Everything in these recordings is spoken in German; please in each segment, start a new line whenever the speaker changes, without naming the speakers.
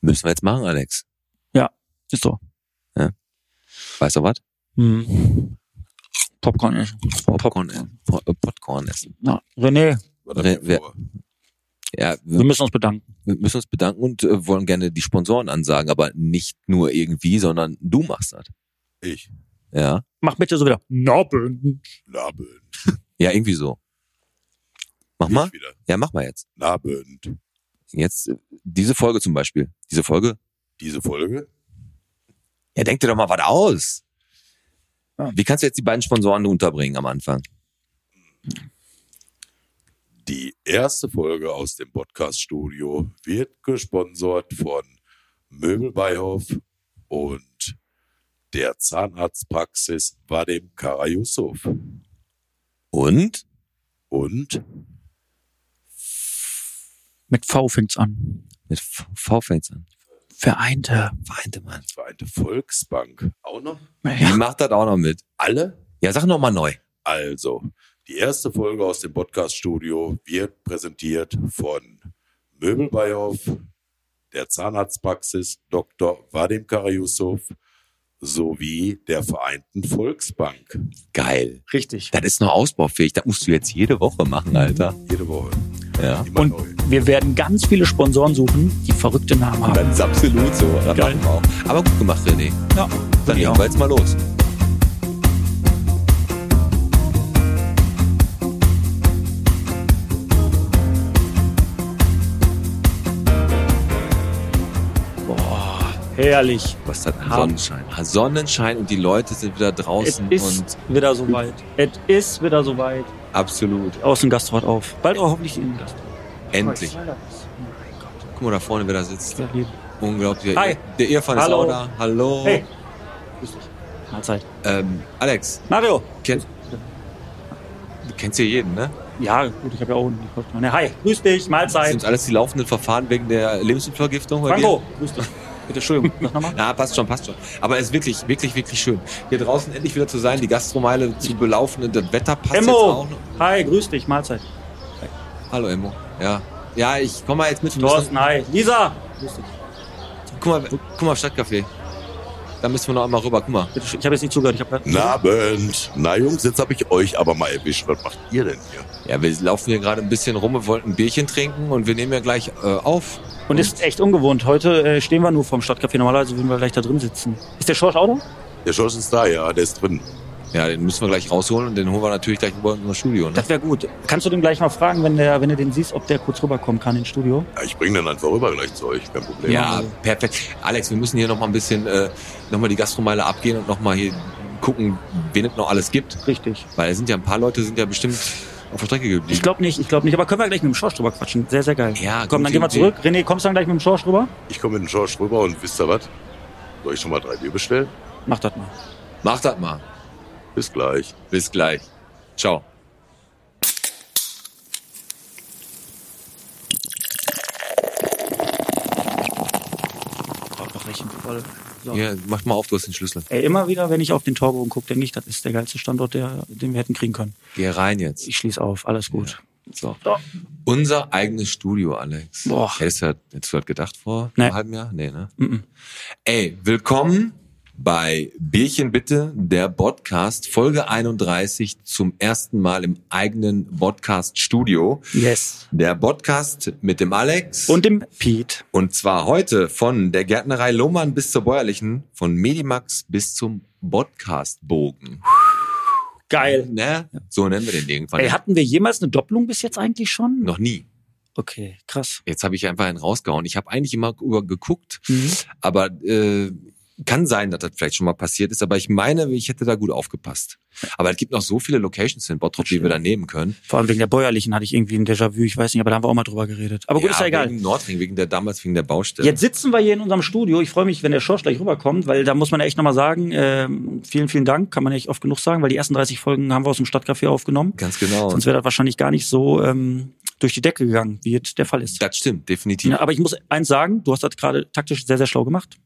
Müssen wir jetzt machen, Alex.
Ist so.
Weißt du was?
Hm. Popcorn essen.
Popcorn, essen. Po- äh, Popcorn essen.
Na, René,
Oder
Wer- wer-
vor?
Ja, wir,
wir müssen uns bedanken.
wir müssen uns bedanken und äh, wollen gerne die Sponsoren ansagen, aber nicht nur irgendwie, sondern du machst das.
Ich.
Ja.
Mach bitte so wieder. Nobben.
Nabend.
Ja, irgendwie so. Mach mal.
Ich wieder.
Ja, mach mal jetzt.
Nabend.
Jetzt äh, diese Folge zum Beispiel. Diese Folge.
Diese Folge?
Ja, denk dir doch mal was aus.
Ja.
Wie kannst du jetzt die beiden Sponsoren unterbringen am Anfang?
Die erste Folge aus dem Podcast-Studio wird gesponsert von Möbelbeihof und der Zahnarztpraxis Vadim Karayusuf.
Und?
Und
Mit V fängt's an.
Mit V- V fängt's an.
Vereinte.
Weinte Mann.
die Vereinte Volksbank. Auch noch?
Die macht das auch noch mit.
Alle?
Ja, sag noch mal neu.
Also, die erste Folge aus dem Podcast-Studio wird präsentiert von Möbelbeihof, der Zahnarztpraxis Dr. Vadim Karayusov sowie der Vereinten Volksbank.
Geil.
Richtig.
Das ist noch ausbaufähig. Das musst du jetzt jede Woche machen, Alter.
Jede Woche.
Ja.
Immer
Und-
neu.
Wir werden ganz viele Sponsoren suchen, die verrückte Namen haben.
Das ist absolut so. Das
Geil.
machen wir auch. Aber gut gemacht, René.
Ja.
Dann
Ja.
legen wir jetzt mal los.
Herrlich.
Was hat ein
Ah.
Sonnenschein? Ah, Sonnenschein und die Leute sind wieder
Es
draußen und
ist wieder soweit. Es ist wieder soweit.
absolut.
Außengastwort auf. Bald auch hoffentlich die Innengast.
Endlich.
Oh, mein Gott,
Guck mal da vorne, wer da sitzt.
das Leben.
Unglaublich.
Hi.
Der Irfan ist
Hallo.
auch da. Hallo.
Hey. Oh. Grüß dich. Mahlzeit.
Ähm, Alex,
Mario.
kenn, du kennst ja jeden, ne?
Ja, gut, ich habe ja auch einen Kopfmann. Ja, Hi, grüß dich.
Das
Mahlzeit.
sind alles die laufenden Verfahren wegen der Lebensmittelvergiftung. bei dir?
Franco. Grüß dich. Bitte, Entschuldigung. Sag nochmal.
Ja, passt schon, passt schon. Aber es ist wirklich, wirklich, wirklich schön. Hier draußen endlich wieder zu sein, die Gastromeile zu belaufen und das Wetter passt jetzt
Emmo.
auch noch.
Hi, grüß dich. Mahlzeit.
Hallo Emmo. Ja. Ja, ich komm mal jetzt mit. Wir müssen-
Thorsten, hi. Lisa. Grüß dich.
Guck mal, guck mal, Stadtcafé. Da müssen wir noch einmal rüber. Guck mal.
Bitte, schön. ich habe jetzt nicht zugehört. Ich habe
Nabend. Na Jungs, jetzt habe ich euch aber mal erwischt. Was macht ihr denn hier?
Ja, wir laufen hier gerade ein bisschen rum. Wir wollten ein Bierchen trinken und wir nehmen ja gleich äh, auf.
Und ist echt ungewohnt. Heute äh, stehen wir nur vorm Stadtcafé. Normalerweise würden wir gleich da drin sitzen. Ist der Schorsch auch da?
Der Schorsch ist da, ja, der ist drin.
Ja, den müssen wir gleich rausholen und den holen wir natürlich gleich rüber in unser Studio. Ne?
Das wäre gut. Kannst du den gleich mal fragen, wenn, der, wenn du den siehst, ob der kurz rüberkommen kann ins Studio?
Ja, ich bringe den einfach rüber gleich zu euch, kein Problem.
Ja, perfekt. Alex, wir müssen hier nochmal ein bisschen äh, nochmal die Gastromeile abgehen und nochmal hier gucken, wen es noch alles gibt.
Richtig.
Weil es sind ja ein paar Leute, sind ja bestimmt auf der Strecke geblieben.
Ich glaube nicht, ich glaube nicht. Aber können wir gleich mit dem Schorsch drüber quatschen? Sehr, sehr geil.
Ja,
Komm, dann
gute
gehen wir
Idee.
zurück. René, kommst du dann gleich mit dem Schorsch rüber?
Ich komme mit dem Schorsch rüber und wisst ihr was? Soll ich schon mal drei Bier bestellen?
Mach das mal.
Mach das mal.
Bis gleich.
Bis gleich. Ciao.
Oh, doch rechnen. Voll. So.
Hier, mach mal auf, du hast den Schlüssel.
Ey, immer wieder, wenn ich auf den Torbogen gucke, denke ich, das ist der geilste Standort, der, den wir hätten kriegen können.
Geh rein jetzt.
Ich schließe auf, alles gut.
So.
So.
Unser eigenes Studio, Alex.
Boah.
Hättest du, das- hättest du das gedacht vor
Nee.
einem halben Jahr? Nee, ne?
Mhm.
Ey, willkommen bei Bierchen bitte, der Podcast, Folge 31 zum ersten Mal im eigenen Podcast-Studio.
Yes.
Der Podcast mit dem Alex.
Und dem Pete.
Und zwar heute von der Gärtnerei Lohmann bis zur Bäuerlichen, von Medimax bis zum Podcast-Bogen.
Geil.
Ne? So nennen wir den irgendwann.
Ey, hatten wir jemals eine Doppelung bis jetzt eigentlich schon?
Noch nie.
Okay, krass.
Jetzt habe ich einfach einen rausgehauen. Ich habe eigentlich immer über geguckt,
Mhm.
aber äh, kann sein, dass das vielleicht schon mal passiert ist. Aber ich meine, ich hätte da gut aufgepasst. Aber es gibt noch so viele Locations in Bottrop, die wir da nehmen können.
Vor allem wegen der bäuerlichen hatte ich irgendwie ein Déjà-vu, ich weiß nicht, aber da haben wir auch mal drüber geredet. Aber gut, ist ja egal.
Wegen Nordring, wegen der damals wegen der Baustelle.
Jetzt sitzen wir hier in unserem Studio. Ich freue mich, wenn der Schorsch gleich rüberkommt, weil da muss man ja echt nochmal sagen, ähm, vielen, vielen Dank, kann man echt oft genug sagen, weil die ersten 30 Folgen haben wir aus dem Stadtcafé aufgenommen.
Ganz genau.
Sonst wäre das wahrscheinlich gar nicht so ähm, durch die Decke gegangen, wie jetzt der Fall ist.
Das stimmt, definitiv.
Ja, Ne, aber ich muss eins sagen, du hast das gerade taktisch sehr, sehr schlau gemacht.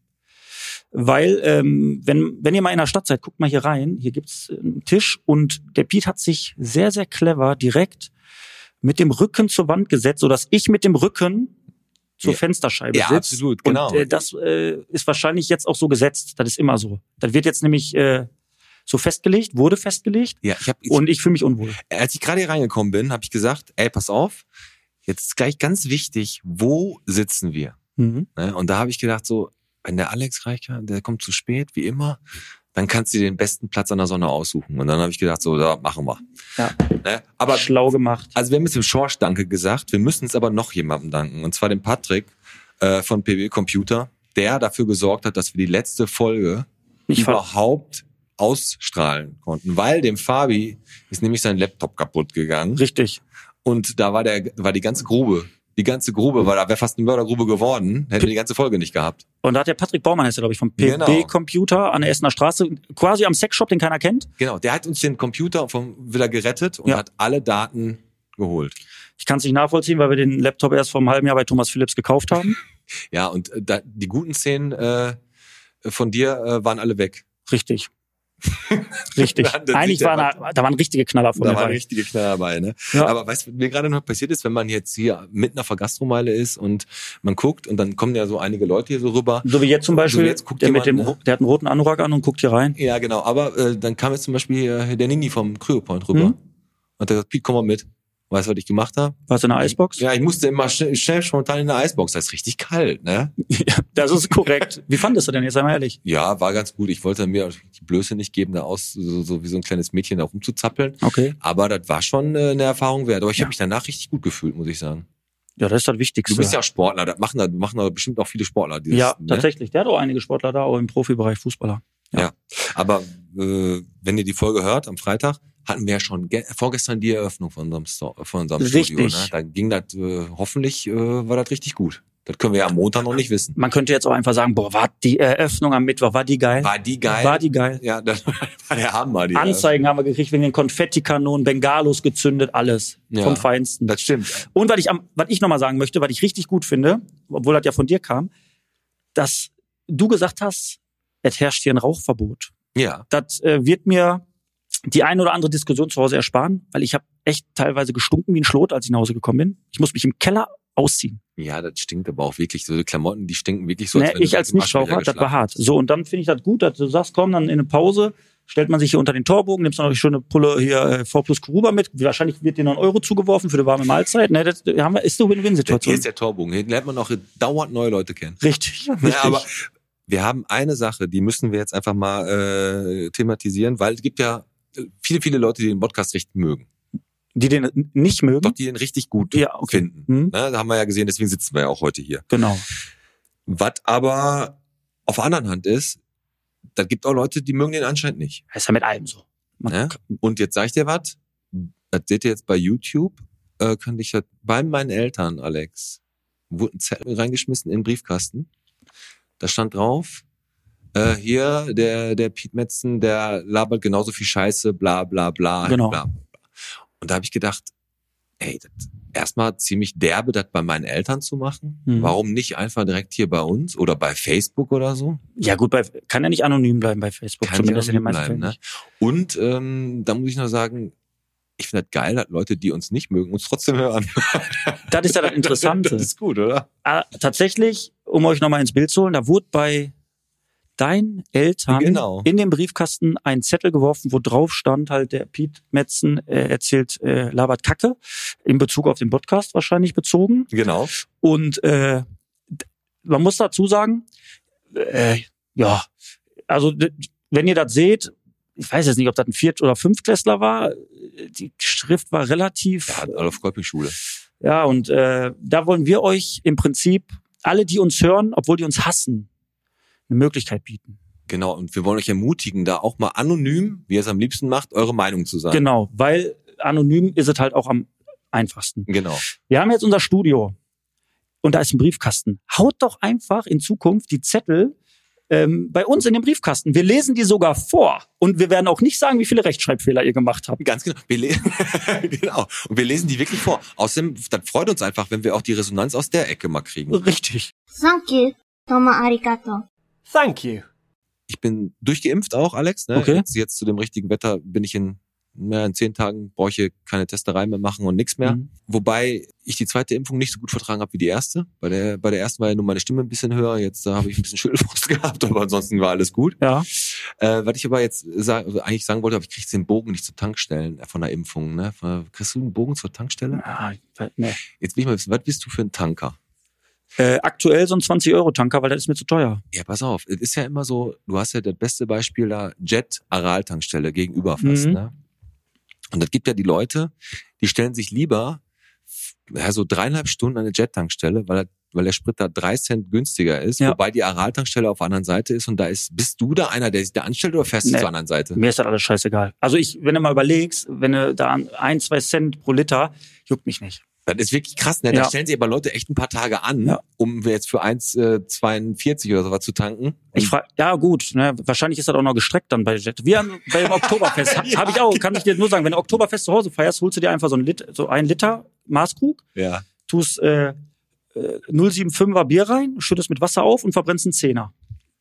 Weil, ähm, wenn, wenn ihr mal in der Stadt seid, guckt mal hier rein. Hier gibt's einen Tisch und der Piet hat sich sehr, sehr clever direkt mit dem Rücken zur Wand gesetzt, sodass ich mit dem Rücken zur
Ja.
Fensterscheibe
Ja,
sitzt.
absolut, genau.
Und äh, das äh, ist wahrscheinlich jetzt auch so gesetzt. Das ist immer so. Das wird jetzt nämlich äh, so festgelegt, wurde festgelegt.
Ja, ich habe
Und ich fühle mich unwohl.
als ich gerade hier reingekommen bin, habe ich gesagt, ey, pass auf, jetzt ist gleich ganz wichtig, wo sitzen wir?
Mhm.
Ne? Und da habe ich gedacht, so, wenn der Alex Reicher, der kommt zu spät, wie immer, dann kannst du dir den besten Platz an der Sonne aussuchen. Und dann habe ich gedacht, so, da machen wir.
Ja.
Ne? Aber
Schlau gemacht.
also wir haben jetzt dem Schorsch Danke gesagt, wir müssen es aber noch jemandem danken, und zwar dem Patrick äh, von PB Computer, der dafür gesorgt hat, dass wir die letzte Folge
Ich ver
überhaupt ausstrahlen konnten, weil dem Fabi ist nämlich sein Laptop kaputt gegangen.
richtig.
Und da war der, war die ganze Grube. Die ganze Grube, weil da wäre fast eine Mördergrube geworden, hätten wir die ganze Folge nicht gehabt.
Und da hat der Patrick Baumann, heißt er, glaube ich, vom PB
Genau.
Computer an der Essener Straße, quasi am Sexshop, den keiner kennt.
Genau, der hat uns den Computer vom wieder gerettet und
Ja.
hat alle Daten geholt.
Ich kann es nicht nachvollziehen, weil wir den Laptop erst vor einem halben Jahr bei Thomas Philips gekauft haben.
Ja, und äh, da, die guten Szenen äh, von dir äh, waren alle weg.
Richtig. Richtig.
Dann- dann
Eigentlich
sieht der
waren da, da waren richtige Knaller von
Da
mir
waren
dabei.
richtige Knaller dabei, ne?
Ja.
Aber weißt du, was mir gerade noch passiert ist, wenn man jetzt hier mitten auf der Gastromeile ist und man guckt und dann kommen ja so einige Leute hier so rüber.
So wie jetzt zum
So wie
Beispiel,
jetzt guckt
der, mit dem,
jemand, ne?
der hat einen roten Anorak an und guckt hier rein.
Ja, genau. Aber äh, dann kam jetzt zum Beispiel äh, der Nini vom Cryopoint rüber.
Mhm.
Und der hat gesagt, Piet, komm mal mit. Weißt du, was ich gemacht habe?
Was in der Eisbox?
Ja, ich musste immer schnell, schnell spontan in der Eisbox. Das ist richtig kalt, ne?
Das ist korrekt. Wie fandest du denn jetzt einmal ehrlich?
Ja, war ganz gut. Ich wollte mir die Blöße nicht geben, da aus, so, so wie so ein kleines Mädchen da rumzuzappeln.
Okay.
Aber das war schon äh, eine Erfahrung wert. Aber ich
Ja.
habe mich danach richtig gut gefühlt, muss ich sagen.
Ja, das ist das Wichtigste.
Du bist ja auch Sportler, das machen da machen da bestimmt auch viele Sportler. Dieses,
ja,
ne?
tatsächlich. Der hat auch einige Sportler da, auch im Profibereich Fußballer.
Aber äh, wenn ihr die Folge hört am Freitag, hatten wir ja schon ge vorgestern die Eröffnung von unserem, Sto von unserem Studio.
Richtig.
Ne? Da ging das, äh, hoffentlich äh, war das richtig gut. Das können wir ja am Montag noch nicht wissen.
Man könnte jetzt auch einfach sagen, boah, war die Eröffnung am Mittwoch, war die geil?
War die geil?
War die geil?
ja, das war der Abend mal die
Anzeigen haben wir gekriegt wegen den Konfettikanonen, Bengalos gezündet, alles.
Ja.
Vom Feinsten.
Eröffnung. Das stimmt.
Und was ich, am, was ich nochmal sagen möchte, was ich richtig gut finde, obwohl das ja von dir kam, dass du gesagt hast, es herrscht hier ein Rauchverbot.
Ja.
Das äh, wird mir die ein oder andere Diskussion zu Hause ersparen, weil ich habe echt teilweise gestunken wie ein Schlot, als ich nach Hause gekommen bin. Ich muss mich im Keller ausziehen.
Ja, das stinkt aber auch wirklich. So Klamotten, die stinken wirklich so.
ne,
wenn du
ich
da
als
im Aschenbecher
Nichtraucher, das
geschlafen
war hart. So, und dann finde ich das gut, dass du sagst, komm, dann in eine Pause, stellt man sich hier unter den Torbogen, nimmst noch eine schöne Pulle hier äh, V plus Kuruba mit. Wahrscheinlich wird dir noch ein Euro zugeworfen für eine warme Mahlzeit. Ne, das haben wir, ist eine
hast. Hier
Win-Win-Situation.
ist der Torbogen. Hier lernt man auch dauernd neue Leute kennen.
Richtig. richtig.
Ja, Ne, aber wir haben eine Sache, die müssen wir jetzt einfach mal äh, thematisieren, weil es gibt ja äh, viele, viele Leute, die den Podcast richtig mögen.
die den n- nicht mögen.
Doch, die den richtig gut
Mhm. Ja, okay.
finden.
Hm?
Ne, da haben wir ja gesehen, deswegen sitzen wir ja auch heute hier.
Genau.
Was aber auf der anderen Hand ist, da gibt auch Leute, die mögen den anscheinend nicht.
Ist ja mit allem so. Man,
Ne? Und jetzt sag ich dir was, das seht ihr jetzt bei YouTube, äh, kann ich das bei meinen Eltern, Alex, wurden Zettel reingeschmissen in den Briefkasten. Da stand drauf, äh, hier, der, der Piet Metzen, der labert genauso viel Scheiße, bla bla bla.
Genau.
Bla, bla. Und da habe ich gedacht, ey, das, erstmal ziemlich derbe, das bei meinen Eltern zu machen.
Mhm.
Warum nicht einfach direkt hier bei uns oder bei Facebook oder so?
Ja gut, bei, kann ja nicht anonym bleiben bei Facebook.
Kann
zumindest
ja
in den meisten
anonym
Fällen
bleiben, Und
nicht.
ähm, da muss ich noch sagen, ich finde das geil, dass Leute, die uns nicht mögen, uns trotzdem hören.
Das ist ja das Interessante.
Das ist gut, oder?
Ah, tatsächlich, um euch nochmal ins Bild zu holen, da wurde bei deinen Eltern
Genau.
in den Briefkasten ein Zettel geworfen, wo drauf stand halt der Piet Metzen äh, erzählt äh, labert Kacke, in Bezug auf den Podcast wahrscheinlich bezogen.
Genau.
Und äh, d- man muss dazu sagen, äh, ja, also d- wenn ihr das seht, ich weiß jetzt nicht, ob das ein Viert- oder Fünftklässler war, die Schrift war relativ,
Ja,
ja,
Adolf Kolping Schule.
und äh, da wollen wir euch im Prinzip, alle, die uns hören, obwohl die uns hassen, eine Möglichkeit bieten.
Genau. Und wir wollen euch ermutigen, da auch mal anonym, wie ihr es am liebsten macht, eure Meinung zu sagen.
Genau, weil anonym ist es halt auch am einfachsten.
Genau.
Wir haben jetzt unser Studio und da ist ein Briefkasten. Haut doch einfach in Zukunft die Zettel ähm, bei uns in den Briefkasten. Wir lesen die sogar vor und wir werden auch nicht sagen, wie viele Rechtschreibfehler ihr gemacht habt.
Ganz genau. Wir lesen, genau. Und wir lesen die wirklich vor. Außerdem, dann freut uns einfach, wenn wir auch die Resonanz aus der Ecke mal kriegen.
Richtig.
Thank you. どうもありがとう。
Thank you.
Ich bin durchgeimpft auch, Alex. Ne?
Okay.
Jetzt, jetzt zu dem richtigen Wetter bin ich in ja, in zehn Tagen brauche ich hier keine Testerei mehr machen und nichts mehr.
Mhm.
Wobei ich die zweite Impfung nicht so gut vertragen habe wie die erste. Bei der, bei der ersten war ja nur meine Stimme ein bisschen höher. Jetzt äh, habe ich ein bisschen Schüttelfrost gehabt, aber ansonsten war alles gut.
Ja.
Äh, was ich aber jetzt sa- eigentlich sagen wollte, aber ich kriege den Bogen nicht zur Tankstellen äh, von der Impfung. Ne? Von- Kriegst du einen Bogen zur Tankstelle?
Ah, ich weiß- nee.
Jetzt will ich mal wissen, was bist du für ein Tanker?
Äh, aktuell so ein 20-Euro-Tanker, weil das ist mir zu teuer.
Ja, pass auf, es ist ja immer so, du hast ja das beste Beispiel da, Jet Aral-Tankstelle gegenüber fast,
Mhm.
ne? Und das gibt ja die Leute, die stellen sich lieber ja, so dreieinhalb Stunden an eine Jet-Tankstelle, weil, weil der Sprit da drei Cent günstiger ist,
Ja.
wobei die Aral-Tankstelle auf der anderen Seite ist und da ist, bist du da einer, der sich da anstellt oder fährst du
Nee.
zur anderen Seite?
Mir ist das alles scheißegal. Also ich, wenn du mal überlegst, wenn du da an ein, zwei Cent pro Liter, juckt mich nicht.
Das ist wirklich krass, ne? Da
Ja.
stellen sich aber Leute echt ein paar Tage an,
Ja.
um jetzt für 1,42 oder sowas zu tanken.
Ich frage, ja gut, ne, wahrscheinlich ist das auch noch gestreckt dann bei Jet. Wir haben beim Oktoberfest, hab, hab ich auch, kann ich dir nur sagen, wenn du Oktoberfest zu Hause feierst, holst du dir einfach so ein Lit, so ein Liter Maßkrug,
ja.
tust äh, äh, 075er Bier rein, schüttest mit Wasser auf und verbrennst einen Zehner.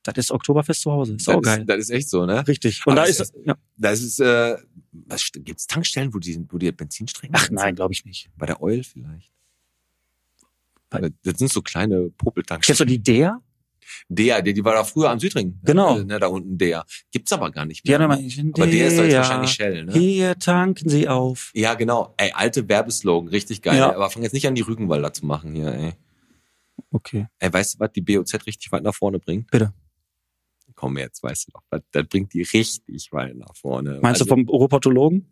Das ist Oktoberfest zu Hause. Ist
Das
auch
ist,
geil.
das ist echt so, ne?
Richtig. Und
Aber
da
es
ist, ja.
Das ist, äh, was, st- gibt's Tankstellen, wo die, wo die das Benzin strecken?
ach nein, glaube ich nicht.
Bei der Oil vielleicht. Äh,
Bei-
das sind so kleine Popeltankstellen.
Kennst du die der?
Der, die, die war da früher am Südring.
Genau.
Ne, da unten der. Gibt's aber gar nicht
Die
mehr.
hat immer,
ne? aber der ist doch jetzt wahrscheinlich Shell, ne?
Hier tanken sie auf.
Ja, genau. Ey, alte Werbeslogan, richtig geil.
Ja.
Aber fang jetzt nicht an, die Rügenwalder zu machen hier, ey.
Okay.
Ey, weißt du, was die BOZ richtig weit nach vorne bringt?
Bitte.
Komm jetzt, weißt du doch. Das, das bringt die richtig weit nach vorne.
Meinst
Also,
du vom Robotologen?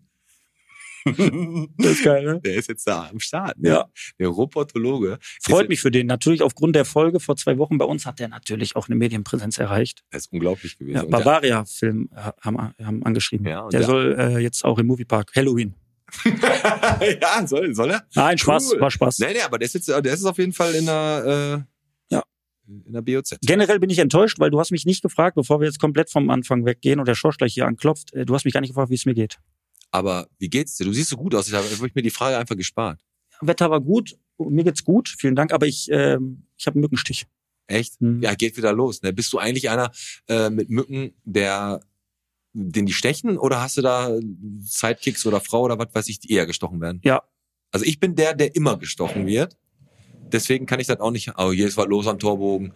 das ist geil, ne?
Der ist jetzt da am Start, ne?
Ja.
Der Robotologe.
Freut
Ist-
mich für den. Natürlich aufgrund der Folge vor zwei Wochen bei uns hat der natürlich auch eine Medienpräsenz erreicht.
Das ist unglaublich gewesen.
Ja,
Und der-
Bavaria-Film äh, haben, haben angeschrieben.
Ja, und
der,
der-
soll äh, jetzt auch im Moviepark. Halloween.
ja, soll, soll er?
Nein, Spaß,
Cool. Ne-
war Spaß.
Nee, nee, aber der ist, jetzt, der ist auf jeden Fall in der, äh,
Ja.
in der BOZ.
Generell bin ich enttäuscht, weil du hast mich nicht gefragt, bevor wir jetzt komplett vom Anfang weggehen und der Schorsch gleich hier anklopft, äh, du hast mich gar nicht gefragt, wie es mir geht.
Aber wie geht's dir? Du siehst so gut aus. Ich habe hab ich mir die Frage einfach gespart.
Wetter war gut, mir geht's gut, vielen Dank, aber ich, ähm, ich habe einen Mückenstich.
Echt?
Hm.
Ja, geht wieder los. Ne? Bist du eigentlich einer äh, mit Mücken, der den die stechen oder hast du da Sidekicks oder Frau oder was weiß ich, die eher gestochen werden?
Ja.
Also ich bin der, der immer gestochen wird. Deswegen kann ich das auch nicht. Oh, hier ist was los am Torbogen.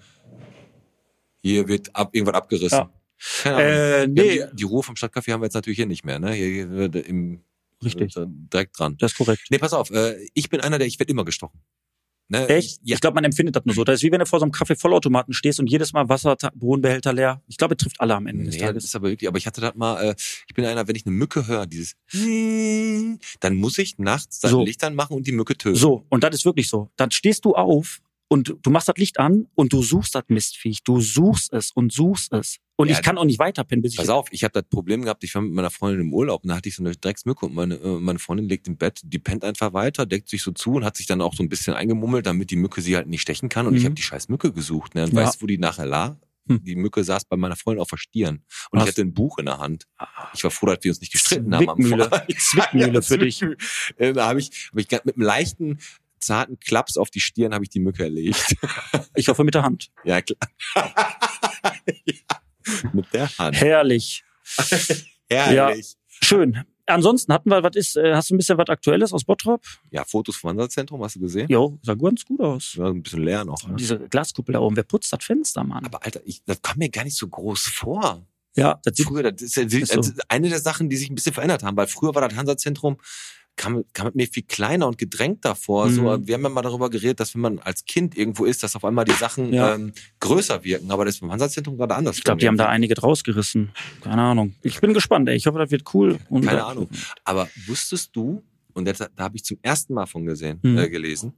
Hier wird ab, irgendwas abgerissen.
Ja.
Keine Ahnung.
Äh,
Wir
nee,
haben Die, die Ruhe vom Stadtcafé haben wir jetzt natürlich hier nicht mehr, ne? Hier, hier wird im äh,
richtig,
direkt dran.
das ist korrekt.
Nee, pass auf, äh, ich bin einer, der ich werde immer gestochen. Ne?
Echt?
Ja.
Ich glaube, man empfindet das nur so. Das ist wie wenn du vor so einem Kaffeevollautomaten stehst und jedes Mal Wasser, Bohnenbehälter leer. Ich glaube, es trifft alle am Ende des
Nee, das
Tages.
ist aber wirklich, aber ich hatte das mal, äh, ich bin einer, wenn ich eine Mücke höre, dieses dann muss ich nachts dann
So.
Licht anmachen und die Mücke töten.
So, und das ist wirklich so. Dann stehst du auf und du machst das Licht an und du suchst das Mistviech. Du suchst es und suchst es. Und
Ja,
ich kann auch nicht weiterpinnen, bis ich.
Pass auf, ich habe das Problem gehabt, ich war mit meiner Freundin im Urlaub und da hatte ich so eine Drecksmücke und meine, äh, meine Freundin legt im Bett, die pennt einfach weiter, deckt sich so zu und hat sich dann auch so ein bisschen eingemummelt, damit die Mücke sie halt nicht stechen kann. Und ich
Mhm.
habe die scheiß Mücke gesucht. Ne? Und
Ja.
weißt du, wo die nachher lag?
Hm.
Die Mücke saß bei meiner Freundin auf der Stirn. Und
Was? Ah.
ich hatte ein Buch in der Hand. Ich war froh, dass wir uns nicht gestritten haben am
Zwickmühle.
Vorabend.
Zwickmühle
Ja,
für dich.
Zwickmühle. Äh, Da habe ich, hab ich ganz- mit einem leichten, zarten Klaps auf die Stirn habe ich die Mücke erlegt.
Ich hoffe mit der Hand.
ja, klar. ja, mit der Hand.
Herrlich.
Herrlich.
Schön. Ansonsten hatten wir, was ist, äh, hast du ein bisschen was Aktuelles aus Bottrop?
Ja, Fotos vom Wanderzentrum, hast du gesehen?
Jo, sah ganz gut aus.
Ja, ein bisschen leer noch. Ne?
Diese Glaskuppel da oben, wer putzt das Fenster, Mann?
Aber Alter, ich, das kam mir gar nicht so groß vor.
Ja, das sieht
Früher, das ist, ja-
Ist so.
das ist eine der Sachen, die sich ein bisschen verändert haben, weil früher war das Hansa-Zentrum, kam, kam mit mir viel kleiner und gedrängter vor. So,
Mhm.
wir haben ja mal darüber geredet, dass wenn man als Kind irgendwo ist, dass auf einmal die Sachen
Ja.
ähm, größer wirken. Aber das ist beim Hansa-Zentrum gerade anders.
Ich glaube, die haben da einiges rausgerissen. Keine Ahnung. Ich bin gespannt, ey. Ich hoffe, das wird cool. Und
Keine Ahnung. Aber wusstest du, und das, da habe ich zum ersten Mal von gesehen,
Mhm.
äh, gelesen,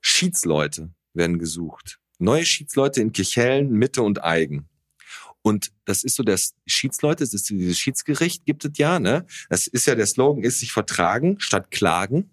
Schiedsleute werden gesucht. Neue Schiedsleute in Kirchhellen, Mitte und Eigen. Und das ist so das Schiedsleute, das ist dieses Schiedsgericht gibt es ja, ne? Das ist ja der Slogan, ist sich vertragen statt klagen.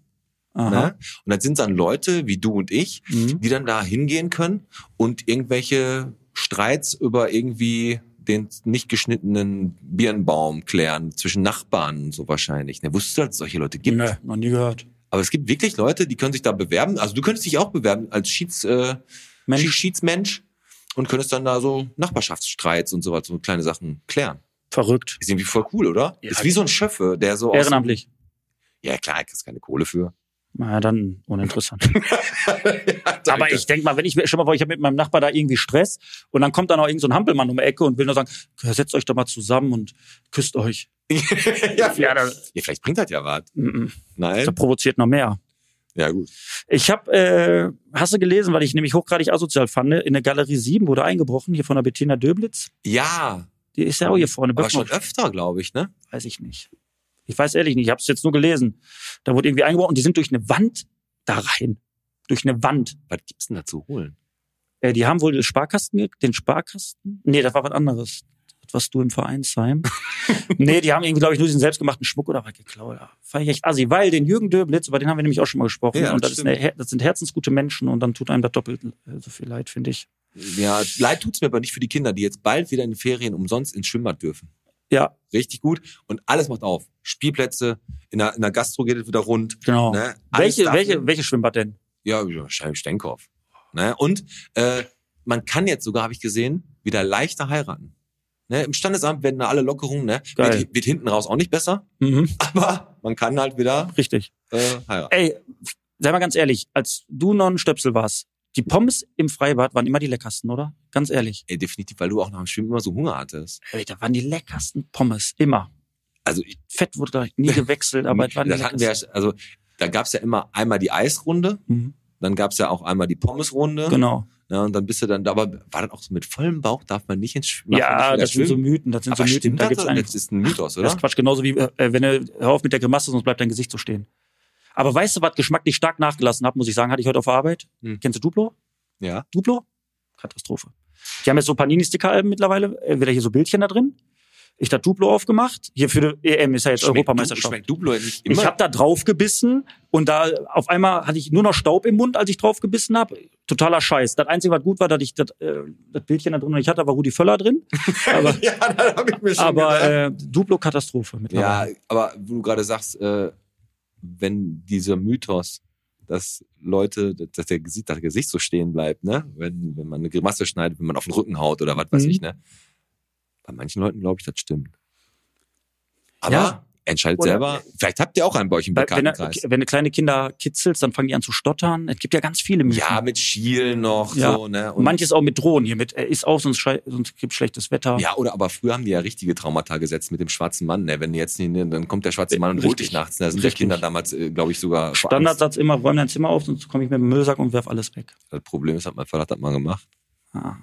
Aha.
Ne? Und das sind dann Leute wie du und ich,
Mhm.
die dann da hingehen können und irgendwelche Streits über irgendwie den nicht geschnittenen Birnbaum klären zwischen Nachbarn und so wahrscheinlich. Ne, wusstest du, dass es solche Leute gibt?
Nö, noch nie gehört.
Aber es gibt wirklich Leute, die können sich da bewerben. Also du könntest dich auch bewerben als Schieds, äh, Schied-
Mensch,
Schiedsmensch und könntest dann da so Nachbarschaftsstreits und so was, so kleine Sachen klären.
Verrückt.
Ist irgendwie voll cool, oder?
Ja.
Ist wie so ein Schöffe, der so aus.
Ehrenamtlich.
Ja, klar, kriegst keine Kohle für.
Na ja, dann uninteressant.
Danke.
Aber ich denk mal, wenn ich mir schon mal vor, ich habe mit meinem Nachbar da irgendwie Stress und dann kommt da noch irgend so ein Hampelmann um die Ecke und will nur sagen, setzt euch doch mal zusammen und küsst euch.
ja, vielleicht,
da,
ja, vielleicht bringt das ja was.
mm, mm.
Nein.
da provoziert noch mehr.
Ja, gut.
Ich habe, äh, hast du gelesen, weil ich nämlich hochgradig asozial fand, ne? in der Galerie 7 wurde eingebrochen, hier von der Bettina Döblitz.
Ja,
Die ist ja auch hier vorne.
aber
Böckner-
schon öfter, glaube ich, ne?
weiß ich nicht. Ich weiß ehrlich nicht, ich habe es jetzt nur gelesen. Da wurde irgendwie eingebaut und die sind durch eine Wand da rein. Durch eine Wand.
Was gibt's denn da zu holen?
Äh, die haben wohl den Sparkasten, ge- den Sparkasten? Nee, das war was anderes. Das warst du im Vereinsheim. nee, die haben irgendwie, glaube ich, nur diesen selbstgemachten Schmuck oder was geklaut. Da Fand ich echt assi, weil den Jürgen Döblitz, über den haben wir nämlich auch schon mal gesprochen.
Ja,
und
das
das, ist eine, Her- das sind herzensgute Menschen und dann tut einem da doppelt äh, so viel leid, finde ich.
Ja, leid tut's mir aber nicht für die Kinder, die jetzt bald wieder in den Ferien umsonst ins Schwimmbad dürfen.
Ja,
Richtig gut. Und alles macht auf. Spielplätze, in der, in der Gastro geht es wieder rund.
genau.
Ne? Alles
welche,
darf-
welche, welche Schwimmbad denn?
Ja, wahrscheinlich Stenkopf. Ne? Und äh, man kann jetzt sogar, habe ich gesehen, wieder leichter heiraten. Ne? Im Standesamt werden da alle Lockerungen, ne?
Geil.
Wird, wird hinten raus auch nicht besser,
Mhm.
aber man kann halt wieder
Richtig.
äh, heiraten.
Ey, sei mal ganz ehrlich, als du noch ein Stöpsel warst, die Pommes im Freibad waren immer die leckersten, oder? Ganz ehrlich.
Ey, definitiv, weil du auch nach dem Schwimmen immer so Hunger hattest.
Ey, da waren die leckersten Pommes. Immer.
Also ich,
Fett wurde da nie gewechselt, aber es waren die
das hatten wir,
leckersten.
ja- also da gab's ja immer einmal die Eisrunde,
Mhm.
dann gab's ja auch einmal die Pommesrunde.
Genau.
Ne? Und dann bist du dann, da- aber war das auch so mit vollem Bauch darf man nicht ins Sch- darf man nicht
Ja,
wieder
das sind so
schwimmen?
Mythen, das sind
aber
so Mythen.
stimmt
Da
das?
gibt's einen.
Das ist ein Mythos,
Das
oder?
ist Quatsch, genauso wie äh, wenn du hör auf mit der Grimasse, sonst bleibt dein Gesicht so stehen. Aber weißt du, was geschmacklich stark nachgelassen hat, muss ich sagen, hatte ich heute auf der Arbeit.
Hm.
Kennst du Duplo?
Ja.
Duplo? Katastrophe. Die haben jetzt so Panini-Sticker-Alben mittlerweile, äh, wieder hier so Bildchen da drin. Ich da Duplo aufgemacht. Hier für die EM ist ja jetzt Europameisterschaft.
Schmeckt Duplo nicht immer.
ich habe da drauf gebissen und da auf einmal hatte ich nur noch Staub im Mund, als ich drauf gebissen habe. Totaler Scheiß. Das Einzige, was gut war, dass ich das, äh, das Bildchen da drin noch nicht hatte, war Rudi Völler drin. Aber,
ja, da hab ich mir schon
aber
gedacht.
äh, Duplo-Katastrophe
Ja,
mittlerweile.
aber wo du gerade sagst, äh, wenn dieser Mythos, dass Leute, dass der Gesicht, das Gesicht so stehen bleibt, ne? Wenn, wenn man eine Grimasse schneidet, wenn man auf den Rücken haut oder was weiß
Mhm.
ich, ne? Bei manchen Leuten glaube ich, das stimmt. Aber
Ja.
entscheidet
Oder-
selber, vielleicht habt ihr auch einen bei euch im
Weil, wenn, er,
Bekanntenkreis.
wenn du kleine Kinder kitzelst, dann fangen die an zu stottern. Es gibt ja ganz viele Mythen.
Ja, mit Schielen noch,
ähm, Ja.
so, ne? Und-
Manches auch mit Drohen hier mit, er ist auf, sonst, schei- sonst gibt schlechtes Wetter.
Ja, oder aber früher haben die ja richtige Traumata gesetzt mit dem schwarzen Mann. Ne? Wenn die jetzt nicht, ne, dann kommt der schwarze Mann und holt
Äh, Richtig.
dich nachts. Ne? Da sind
Richtig.
ja Kinder damals, äh, glaube ich, sogar vor Angst.
Standardsatz immer, räum dein Zimmer auf, sonst komme ich mit dem Müllsack und werf alles weg.
Das Problem ist, hat mein Vater das mal gemacht.
Ah.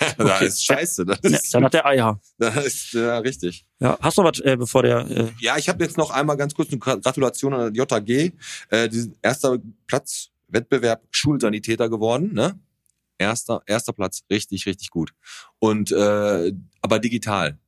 da ist scheiße. Das
Ne,
ist,
dann hat der Eier.
das ist ja, richtig.
Ja, hast du noch was, äh, bevor der äh,
Ja, ich habe jetzt noch einmal ganz kurz eine Gra- Gratulation an das JG. Äh, diesen erster Platz, Wettbewerb Schulsanitäter geworden. Ne? Erster, erster Platz, richtig, richtig gut. Und äh, aber digital.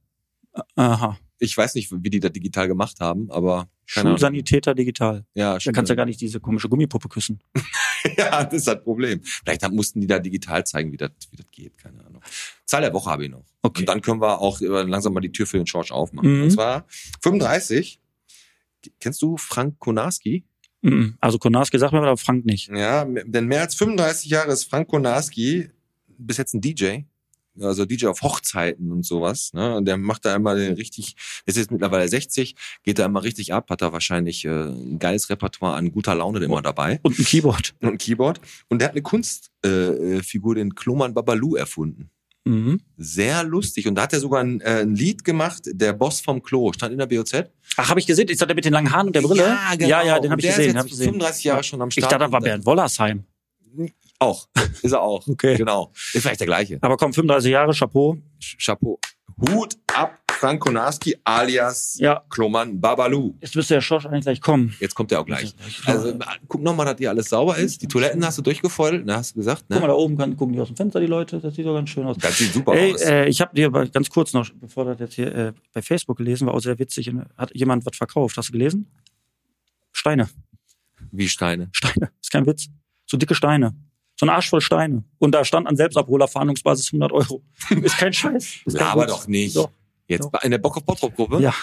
aha,
Ich weiß nicht, wie die das digital gemacht haben, aber keine Ahnung.
Schulsanitäter digital.
Ja,
Genau. Da kannst du ja gar nicht diese komische Gummipuppe küssen.
Ja, das ist das Problem. Vielleicht haben- mussten die da digital zeigen, wie das, wie das geht. Keine Ahnung. Zahl der Woche habe ich noch.
Okay.
Und dann können wir auch äh, langsam mal die Tür für den George aufmachen.
Mhm.
Und zwar 35. Kennst du Frank Konarski?
Mhm. Also Konarski sagt mir, aber Frank nicht.
Ja, m- denn mehr als 35 Jahre ist Frank Konarski bis jetzt ein DJ. Also DJ auf Hochzeiten und sowas. Ne? Und der macht da einmal den richtig, ist jetzt mittlerweile 60, geht da einmal richtig ab, hat da wahrscheinlich äh, ein geiles Repertoire an guter Laune immer dabei.
Und ein Keyboard.
und ein Keyboard. Und der hat eine Kunstfigur, äh, äh, Figur, den Kloman Babalu, erfunden.
Mhm.
Sehr lustig. Und da hat er sogar ein, äh, ein Lied gemacht, der Boss vom Klo, stand in der BOZ.
Ach, habe ich gesehen. Ist das der mit den langen Haaren und der Brille?
Ja, genau.
ja, ja den habe
Und
ich
der Ist
gesehen. Hab
jetzt
ich gesehen.
35 Jahre schon am
Ich
Start.
dachte, das war Bernd Wollersheim.
Auch. Ist er auch.
Okay.
Genau. Ist vielleicht der gleiche.
Aber komm, 35 Jahre, Chapeau.
Sch- Chapeau. Hut ab, Frank Konarski alias
Ja, Ne?
Kloman Babalu.
jetzt müsste der Schorsch eigentlich gleich kommen.
Jetzt kommt er auch gleich. Also
Also,
guck nochmal, dass hier alles sauber ist. Die Toiletten hast du durchgefeudelt, ne? Hast du gesagt,
Guck mal,
ne?
da oben kann, gucken die aus dem Fenster, die Leute. Das sieht doch ganz schön aus.
Das sieht super
Ey,
aus.
äh, ich habe dir aber ganz kurz noch, bevor das jetzt hier äh, bei Facebook gelesen war, auch sehr witzig. äh, Hat jemand was verkauft? Hast du gelesen? Steine,
Wie Steine.
Steine, ist kein Witz. So dicke Steine. So ein Arsch voll Steine. Und da stand an Selbstabholer Verhandlungsbasis 100 Euro. Ist kein Scheiß. Ist kein
Laber
Witz.
doch nicht.
Doch.
Jetzt
Doch.
bei- in der Bock auf Bottrop-Gruppe?
Ja.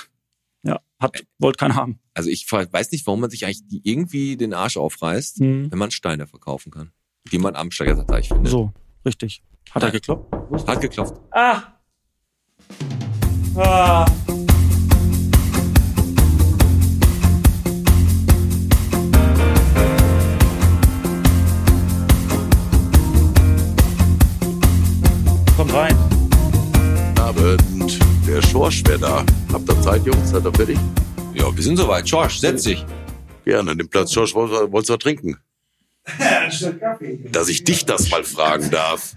Ja. Hat, wollte keiner haben.
Also ich ver- weiß nicht, warum man sich eigentlich die- irgendwie den Arsch aufreißt,
Mhm.
Mhm.
wenn man Steine verkaufen kann, die man am Steigerter Teich findet.
So, richtig. Hat er gekloppt?
Hat geklopft.
Ah! Ah. Kommt rein.
Guten Abend. Der Schorsch wäre da. Habt ihr Zeit, Jungs? Seid ihr fertig?
Ja, wir sind soweit. George, setz dich.
Gerne. Den Platz, Schorsch, wolltest du- wolltest du was trinken? Dass ich dich das mal fragen darf.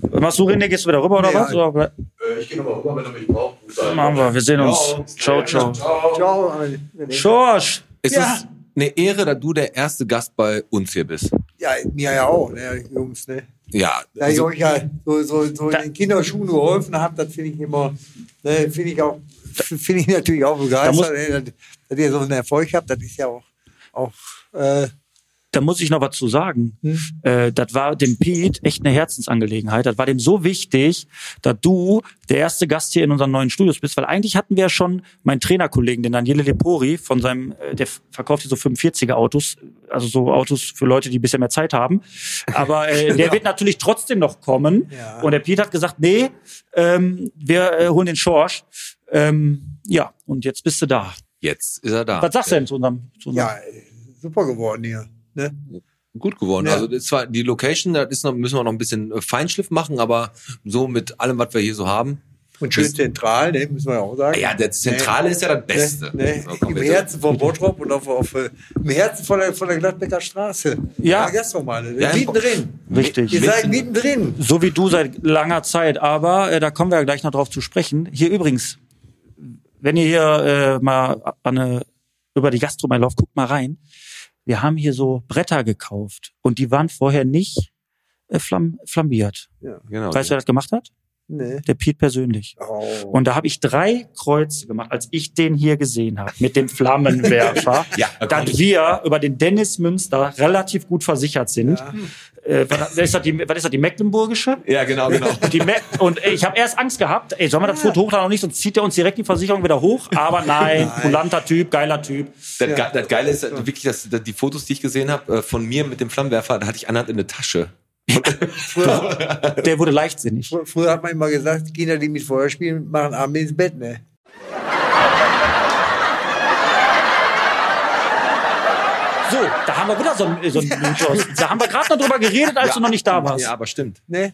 Was machst du, René? Gehst du wieder rüber oder was? Oder?
Ich gehe nochmal rüber, wenn er mich braucht.
Machen wir. Wir sehen uns. Ciao, ciao.
Ciao. René.
Schorsch!
Es
Ja.
ist eine Ehre, da du der erste Gast bei uns hier bist.
Ja, mir ja auch, ne, Jungs. Ne?
Ja,
Da ich
also,
euch ja so, so, so in den Kinderschuhen geholfen habe, das finde ich immer, ne, finde ich auch, finde ich natürlich auch begeistert,
Da muss-
ne, dass, dass ihr so einen Erfolg habt, das ist ja auch, auch äh,
da muss ich noch was zu sagen.
Hm.
Äh, das war dem Pete echt eine Herzensangelegenheit. Das war dem so wichtig, dass du der erste Gast hier in unseren neuen Studios bist, weil eigentlich hatten wir ja schon meinen Trainerkollegen, den Daniele Lepori, von seinem, äh, der verkauft hier so 45er Autos, also so Autos für Leute, die ein bisschen mehr Zeit haben. Aber äh, der wird natürlich trotzdem noch kommen.
Ja.
Und der Pete hat gesagt, nee, ähm, wir äh, holen den Schorsch. Ähm, ja, und jetzt bist du da.
jetzt ist er da.
Was sagst du denn zu unserem, zu unserem
ja, super geworden hier. Ne?
Gut geworden.
Ja.
Also das war die Location, da ist noch, müssen wir noch ein bisschen äh, Feinschliff machen, aber so mit allem, was wir hier so haben.
Und schön
Bist-
zentral, ne, müssen wir ja auch sagen.
Ja, das Zentrale ist ja das Beste.
Ne,
So,
ne,
komm,
Im
jetzt-
Herzen von Bottrop und auf, auf, äh, im Herzen von der, von der Gladbecker Straße.
Ja.
Vergesst doch mal. Ne?
Ja,
mittendrin.
Richtig.
Ihr seid mittendrin.
So wie du seit langer Zeit, aber äh, da kommen wir ja gleich noch drauf zu sprechen. Hier übrigens, wenn ihr hier äh, mal an eine, über die Gastronomie lauft, guckt mal rein. Wir haben hier so Bretter gekauft und die waren vorher nicht äh, flamm, flambiert.
Genau.
Weißt du, wer das gemacht hat?
Ne.
Der Piet persönlich.
Oh.
Und da habe ich drei Kreuze gemacht, als ich den hier gesehen habe mit dem Flammenwerfer,
Ja,
dass wir über den Dennis Münster relativ gut versichert sind.
Ja.
Äh, was, ist das die, was ist das, die Mecklenburgische?
ja, genau, genau.
Die Mac und ey, ich habe erst Angst gehabt, ey, sollen wir das Foto hochladen oder nicht, sonst zieht er uns direkt die Versicherung wieder hoch. Aber nein, kulanter Typ, geiler Typ.
Das, Ge- das Geile ist äh, wirklich, dass, dass die Fotos, die ich gesehen habe, äh, von mir mit dem Flammenwerfer, da hatte ich eine Hand in der Tasche.
Früher,
Der wurde leichtsinnig.
fr- früher hat man immer gesagt, Kinder, die mit Feuer spielen, machen Abend ins Bett. Ne?
So, da haben wir wieder so einen so einen Mythos. Da haben wir gerade noch drüber geredet, als du noch nicht da warst. Äh.
Ja,
Ja,
aber stimmt.
Ne?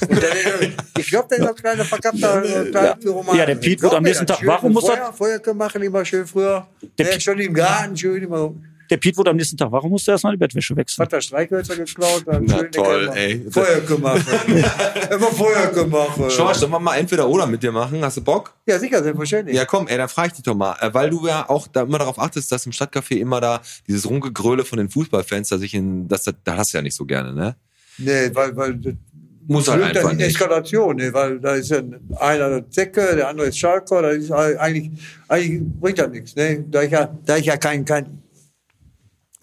Und dann, äh, ich glaube, das ist ein kleiner verkappter äh, kleiner Pyroman.
Ja, der Piet
Glaub
wird am
mir
nächsten
das.
Tag
Schön
wach und muss
Feuer,
das-
Feuerke machen, immer schön früher.
Der
ne?
Piet-
Schon im Garten, schön immer so.
der Piet wurde am nächsten Tag. Warum musste er erstmal die Bettwäsche wechseln?
Hat er Streichhölzer geklaut? Dann
Na
schön in der
toll,
Kammer.
ey.
Feuerke machen. immer Feuerke machen.
Schorsch, sollen wir mal entweder oder mit dir machen? Hast du Bock?
Ja, sicher, selbstverständlich.
Ja, komm, ey, dann frage ich dich doch mal, äh, weil du ja auch da immer darauf achtest, dass im Stadtcafé immer da dieses Rumgegröle von den Fußballfans, dass ich in, das, das, das hast du ja nicht so gerne, ne?
Nee, weil, weil das
Muss halt
Blöd,
einfach
das ist
nicht.
Eskalation, ne? weil da ist ja einer der Zecke, der andere ist Schalker, da ist eigentlich, eigentlich bringt das nichts. Ne? Da, ich ja, da ich ja kein, kein,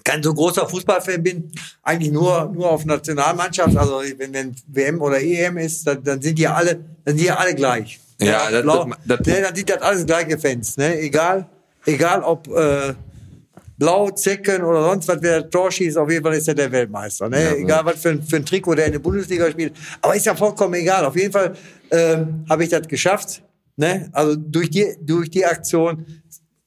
kein so großer Fußballfan bin, eigentlich nur, nur auf Nationalmannschaft, also wenn, wenn WM oder EM ist, dann, dann sind die alle, dann sind die alle gleich.
Ja, das-
blau,
das- das-
ne, dann sind das alles gleiche Fans, ne? egal, egal ob äh, Blau, Zecken oder sonst was, wer das Tor schießt, auf jeden Fall ist er der Weltmeister. Ne? egal, was für ein, für ein Trikot der in der Bundesliga spielt. Aber ist ja vollkommen egal. Auf jeden Fall ähm, habe ich das geschafft. Ne? Also durch die, durch die Aktion,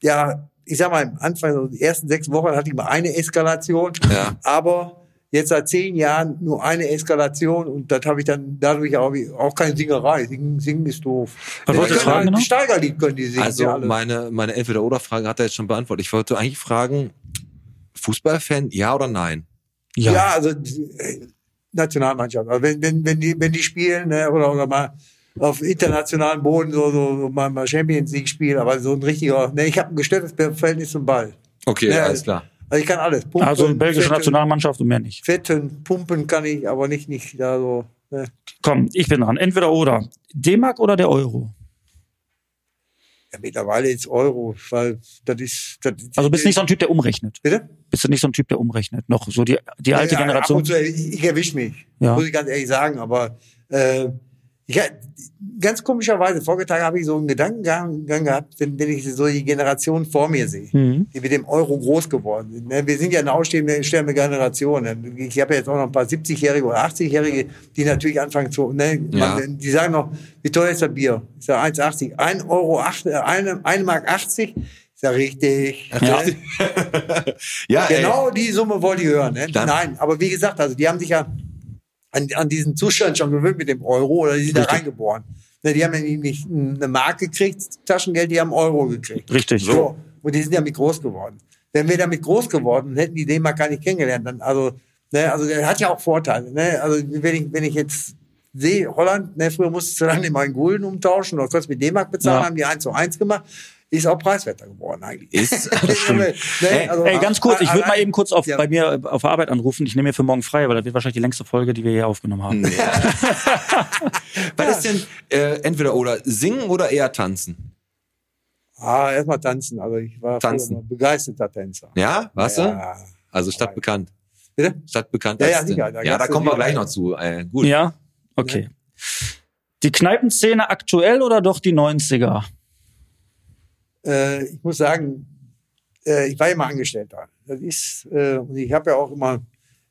ja, ich sag mal, am Anfang, so die ersten sechs Wochen hatte ich mal eine Eskalation.
Ja.
Aber jetzt seit zehn Jahren nur eine Eskalation und das habe ich dann dadurch auch, auch keine Singerei. Singen, singen ist doof.
Was
Die
wolltest du
können
fragen
halt-
noch?
Steigerlied können die singen. die
Also
alle.
meine, meine Entweder-Oder-Frage hat er jetzt schon beantwortet. Ich wollte eigentlich fragen, Fußballfan, ja oder nein?
Ja, also äh, Nationalmannschaft. Also wenn, wenn, wenn, die, wenn die spielen ne, oder, oder mal auf internationalem Boden so, so, so mal, mal Champions League spielen, aber so ein richtiger. Ne, ich habe ein gestörtes Verhältnis zum Ball.
Okay,
Ja.
alles klar.
Also ich kann alles. Pumpen,
Also belgische
fetten,
Nationalmannschaft und mehr nicht.
Fetten, pumpen kann ich, aber nicht, nicht da so. Ne.
Komm, ich bin dran. Entweder oder. D-Mark oder der Euro?
Ja, mittlerweile ist Euro, weil das ist. Das, ist-
Also bist nicht so ein Typ, der umrechnet.
Bitte?
Bist du nicht so ein Typ, der umrechnet? Noch so die, die alte
Ja, ab äh,
Generation.
und zu, ich ich erwische mich,
Ja.
muss ich ganz ehrlich sagen. Aber äh, Ich, hab- ganz komischerweise, vorgetragen habe ich so einen Gedankengang Gang gehabt, wenn, wenn ich so die Generation vor mir sehe,
Mhm.
die mit dem Euro groß geworden sind. ne? Wir sind ja eine ausstehende sterbende Generation. ne? Ich habe ja jetzt auch noch ein paar 70-Jährige oder 80-Jährige, die natürlich anfangen zu, ne,
Ja.
man- die sagen noch, wie teuer ist das Bier? Ich sage 1,80. 1 Euro, 8, äh, eine, eine Mark 80? Ich sage richtig. Ne?
Ja,
genau die Summe wollte ich hören. Ne?
Dann-
Nein, aber wie gesagt, also die haben sich ja an, an diesen Zustand schon gewöhnt mit dem Euro oder die sind da reingeboren. Ne, die haben ja nicht- nicht eine Mark gekriegt, Taschengeld, die haben Euro gekriegt.
Richtig.
So. Und die sind damit groß geworden. Wenn wir damit groß geworden, hätten die den mal gar nicht kennengelernt. Dann, also, ne, also der hat ja auch Vorteile. Ne? Also wenn ich, wenn ich jetzt sehe, Holland, ne, früher musstest du dann immer in Gulden umtauschen oder kurz mit D-Mark bezahlen,
Ja.
haben die 1 zu 1 gemacht. Ist auch preiswerter geworden eigentlich.
Ist,
Ne, also-
Ey, ganz kurz, ich würde mal eben kurz auf,
Ja.
bei mir äh, auf der Arbeit anrufen. Ich nehme mir für morgen frei, weil das wird wahrscheinlich die längste Folge, die wir hier aufgenommen haben.
Hm,
Was ist denn äh, entweder oder singen oder eher tanzen?
Ah, erstmal tanzen. Also ich war früher
Tanzen.
mal begeisterter Tänzer.
Ja, warst du?
Ja.
Also stadtbekannt.
Bitte?
Stadtbekannt.
Ja, ja,
als denn.
sicher, da
ja, da
gab's
kommen wir
die-
gleich noch zu. Äh, gut.
Ja? Okay. Die Kneipenszene aktuell oder doch die 90er?
Äh, ich muss sagen, äh, ich war immer Angestellter. Das ist, äh, und ich habe ja auch immer,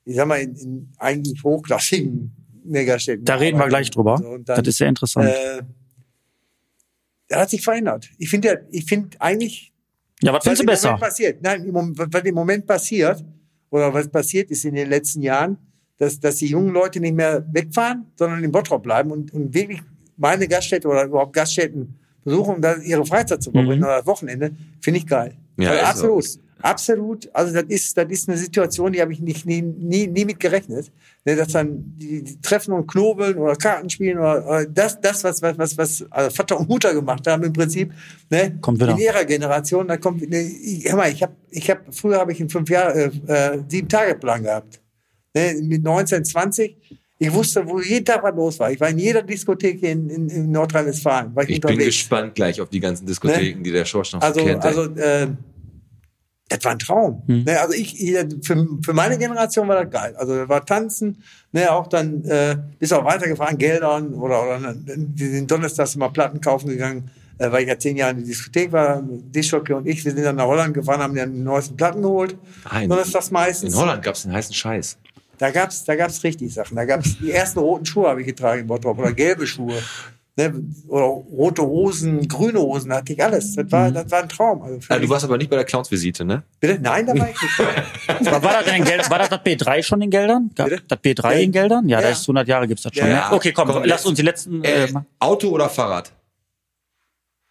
ich sag mal, in, in eigentlich hochklassigen Megastädten.
Da reden wir gleich drüber.
So, und dann,
Das ist sehr interessant.
äh, das hat sich verändert. Ich finde, ja, ich finde eigentlich,
ja, was findest du
was im
besser?
Moment passiert, nein, im Moment, was im Moment passiert oder was passiert ist in den letzten Jahren, dass, dass die jungen Leute nicht mehr wegfahren, sondern in Bottrop bleiben und, und wirklich meine Gaststätte oder überhaupt Gaststätten besuchen, um da ihre Freizeit zu verbringen
Mhm.
oder das Wochenende, finde ich geil.
Ja,
also
ist
absolut.
so.
Absolut. Also das ist, das ist eine Situation, die habe ich nicht, nie, nie, nie mit gerechnet. Ne, Dass dann die, die Treffen und Knobeln oder Karten spielen oder, oder das, das, was, was, was, was also Vater und Mutter gemacht haben im Prinzip. Ne?
Kommt wieder.
In ihrer Generation, da kommt, ne, ich, hör mal, ich habe, ich hab, früher habe ich einen fünf Jahre, äh, äh, sieben Tage Plan gehabt. Ne? Mit 19, 20. Ich wusste, wo jeden Tag was los war. Ich war in jeder Diskothek in, in, in Nordrhein-Westfalen. War ich,
Ich bin
unterwegs.
gespannt gleich auf die ganzen Diskotheken, die der Schorsch noch
Also,
kennt.
also äh, das war ein Traum.
Hm.
Ne, also ich, ich für, für meine Generation war das geil. Also das war Tanzen, ne, auch dann äh, bist auch weitergefahren, Geldern oder, oder ne, wir sind donnerstags immer Platten kaufen gegangen, äh, weil ich ja zehn Jahre in der Diskothek war, Dischocke und ich, wir sind dann nach Holland gefahren, haben dann die neuesten Platten geholt.
Nein,
donnerstags meistens.
in Holland gab es einen heißen Scheiß.
Da gab's, da gab's richtig Sachen. Da gab's die ersten roten Schuhe habe ich getragen in Bottrop oder gelbe Schuhe. Ne? Oder rote Hosen, grüne Hosen hatte ich alles. Das
Hm.
war, das war ein Traum. Also für
Ah, du
mich-
warst aber nicht bei der Clownsvisite, ne?
Bitte? Nein, da war ich nicht. dabei.
war, war, das denn in Geld, war das das B3 schon in Geldern? Gab
Bitte?
Das B3
Ja.
in Geldern? Ja,
Ja.
das ist 100 Jahre gibt's das schon.
Ja,
ne?
ja.
Okay, komm,
Komm,
lass
jetzt-
uns die letzten... Äh,
Äh, Auto oder Fahrrad?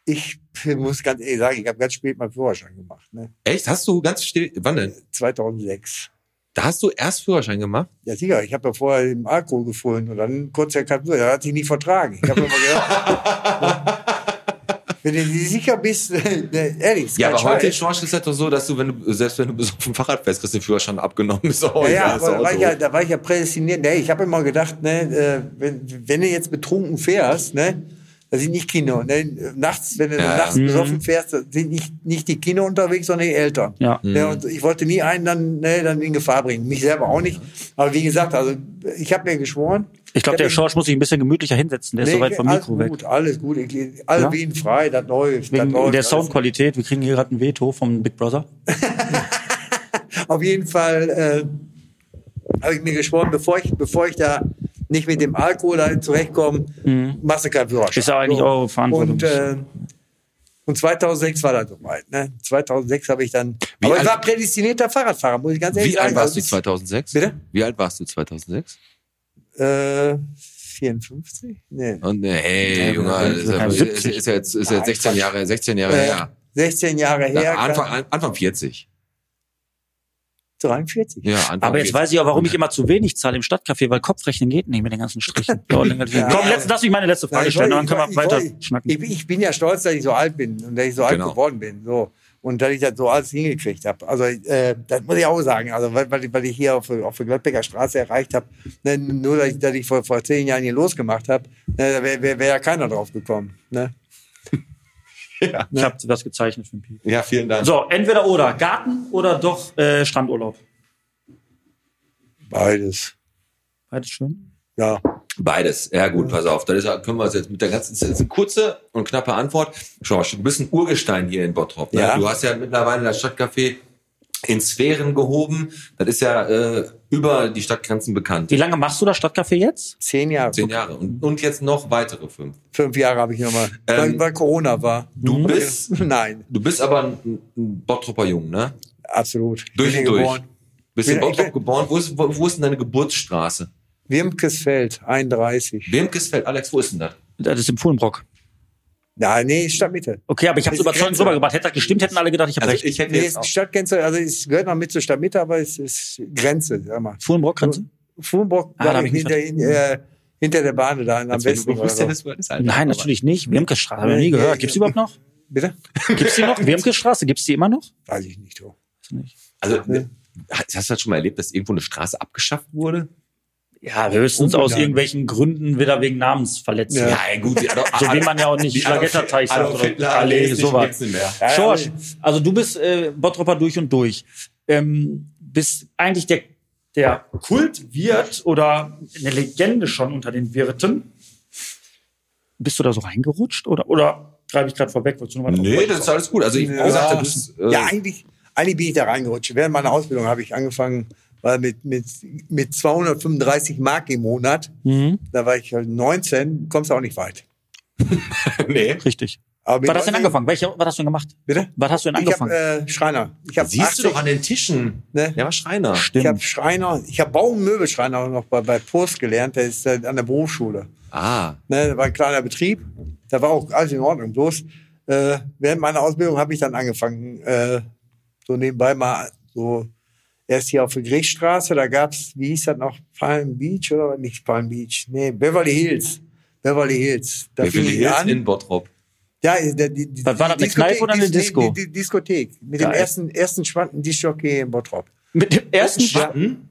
Ich muss ganz ehrlich sagen, ich habe ganz spät meinen Führerschein gemacht. Ne?
Echt? Hast du ganz still. Wann denn?
2006.
Da hast du erst Führerschein gemacht?
Ja, sicher. Ich habe ja vorher im Alkohol gefroren und dann kurz erkannt, da hat sich nicht vertragen. Ich habe immer gedacht, ne? wenn du dir sicher bist, ne, ehrlich, ist
Ja,
kein
aber heute,
Scheiß.
Schorsch, ist das doch so, dass du, wenn du, selbst wenn du bis auf dem Fahrrad fährst, kriegst du den Führerschein abgenommen. Ist auch
Ja, ja,
egal, ist
aber da
auch
war, ich
so.
ja, da war ich ja prädestiniert. Ne, ich habe immer gedacht, ne, äh, wenn, wenn du jetzt betrunken fährst, ne, das sind nicht Kinder. Ne, nachts, wenn du
Ja, Mhm. ja.
nachts besoffen fährst, da sind nicht, nicht die Kinder unterwegs, sondern die Eltern.
Ja.
Ne, und ich wollte nie einen dann, ne, dann in Gefahr bringen. Mich selber auch nicht. Aber wie gesagt, also ich habe mir geschworen.
ich glaube,
hab
der
mir-
Schorsch muss sich ein bisschen gemütlicher hinsetzen. Der ist so weit vom
alles
Mikro weg.
gut, alles gut. Ich, alle
Ja?
Wien frei, das läuft. das
Wegen
läuft
der
alles.
Soundqualität. Wir kriegen hier gerade einen Veto vom Big Brother.
Auf jeden Fall äh, habe ich mir geschworen, bevor ich, bevor ich da nicht mit dem Alkohol da zurechtkomme, machst du keinen Führerschein.
Mhm. Ist ja eigentlich eure Verantwortung.
Und, äh, und 2006 war das soweit. Ne? 2006 habe ich dann...
Wie
aber ich
alt-
war prädestinierter Fahrradfahrer, muss ich ganz ehrlich
Wie
sagen.
alt warst du
Also,
2006?
Bitte?
Wie alt warst du 2006?
Äh, 54? Nee.
Und äh, hey,
Ja,
Junge, also,
wir sind
ist, aber-
70.
ist, ist jetzt, ist jetzt 16 Jahre, 16 Jahre
Äh,
her.
16 Jahre her.
Na, Anfang, an- Anfang 40.
43.
Ja, Anfang
Aber jetzt
40.
weiß ich auch, warum ich immer zu wenig zahle im Stadtcafé, weil Kopfrechnen geht nicht mit den ganzen Strichen. Ja, und dann-
Ja.
Komm, jetzt lass mich meine letzte Frage
Nein, ich
stellen,
wollte-
dann können wir
ich
weiter
wollte-
schnacken.
Ich, ich bin ja stolz, dass ich so alt bin und dass ich so alt
Genau.
geworden bin. So. Und dass ich das so alles hingekriegt habe. Also äh, das muss ich auch sagen. Also weil, weil, ich- weil ich hier auf, auf der Gladbecker Straße erreicht habe, ne, nur dass ich, dass ich vor, vor zehn Jahren hier losgemacht habe, ne, da wäre wär, wär ja keiner drauf gekommen. Ne?
ich habe was gezeichnet für den Pi.
ja, vielen Dank.
So, entweder oder. Garten oder doch äh, Strandurlaub.
Beides.
Beides schön.
Ja.
Beides. Ja gut, pass auf. Das ist, können wir es jetzt mit der ganzen das ist eine kurze und knappe Antwort. Schau mal, du bist ein Urgestein hier in Bottrop. Ne?
Ja.
Du hast ja mittlerweile das Stadtcafé in Sphären gehoben. Das ist ja äh, über die Stadtgrenzen bekannt.
Wie lange machst du das Stadtcafé jetzt?
Zehn Jahre.
Zehn Jahre. Und, und jetzt noch weitere fünf.
Fünf Jahre habe ich nochmal. weil, weil Corona war.
Ähm, Du bist,
Nein,
du bist aber ein, ein Bottroper Jung, ne?
absolut.
Durch
Ich bin
und durch.
geboren.
Bist in
Ich bin- ich
Bottrop
bin-
geboren. Wo ist, wo, wo ist denn deine Geburtsstraße?
Wirmkesfeld, 31.
Wemkesfeld, Alex, wo ist denn das?
Das ist im Fuhlenbrock.
Ja, nee, Stadtmitte.
Okay, aber ich habe es
Ist
überzeugend
Grenze.
rüber gemacht. Hätte das gestimmt, hätten alle gedacht, ich habe
Also
recht.
ich hätte
Nee,
jetzt
ist
auch,
Stadtgrenze, also es gehört noch mit zur Stadtmitte, aber es ist Grenze, sag mal.
Fuhlenbrock-Grenze?
Fuhlenbrock
Ah, da
war
hab
ich
ich nicht
hinter, in, äh, hinter der Bahn da am
als wenn
besten.
du
oder
gewusst
so.
hättest, wo das ist, Alter.
Nein,
Aber-
natürlich nicht. Wirmkestraße haben wir nie
Nee,
gehört.
nee,
Gibt's die
nee.
überhaupt noch?
Bitte?
Gibt's die noch? Wirmkestraße, gibt's die immer noch?
Weiß ich nicht. Du.
Weiß nicht.
Also, ne, hast hast du das schon mal erlebt, dass irgendwo eine Straße abgeschafft wurde?
Ja, höchstens aus
Unbegangen.
irgendwelchen Gründen wieder wegen Namensverletzung.
Ja.
Ja, gut. Die, Adolf-
So wie man ja auch nicht
die Adolf-
Schlagetterteich sagt
Adolf Hitler,
oder Allee,
ist nicht-
sowas.
gibt's nicht mehr.
Ja,
Schorsch, also du bist äh, Bottropper durch und durch. Ähm, bist eigentlich der, der Kultwirt oder eine Legende schon unter den Wirten. Bist du da so reingerutscht oder, oder greife ich gerade vorweg? Wolltest du noch was
Nee,
drauf-
das ist alles gut. Also, ich, wie
Ja,
gesagt, das ist, äh,
ja eigentlich, eigentlich bin ich da reingerutscht. Während meiner Ausbildung habe ich angefangen, weil mit, mit, mit 235 Mark im Monat,
Mhm,
da war ich halt 19, kommst du auch nicht weit.
nee.
richtig.
Aber mit
Was hast du denn
19
angefangen? Welche, was hast du denn gemacht?
Bitte?
Was hast du denn
Ich habe
angefangen?
äh, Schreiner. Ich habe
Siehst du doch an den Tischen.
Ne?
Der war Schreiner.
Ich habe Schreiner, ich habe Bau- und Möbelschreiner auch noch bei, bei Post gelernt, der ist äh, an der Berufsschule.
Ah.
Ne, da war ein kleiner Betrieb, da war auch alles in Ordnung. Bloß äh, während meiner Ausbildung habe ich dann angefangen, äh, so nebenbei mal so erst hier auf der Griechstraße, da gab's, wie hieß das noch, Palm Beach oder nicht Palm Beach? Nee, Beverly Hills. Beverly Hills. Da
Der
fing ich
Willi
an.
in Bottrop.
Ja, der, die, die,
Was war das,
die
eine Kneipe oder eine
die-
Disco?
Die, die, die Diskothek. Mit dem
Geil.
ersten, ersten schwanten Dischjockey in Bottrop.
Mit dem ersten Schritt.
Schatten?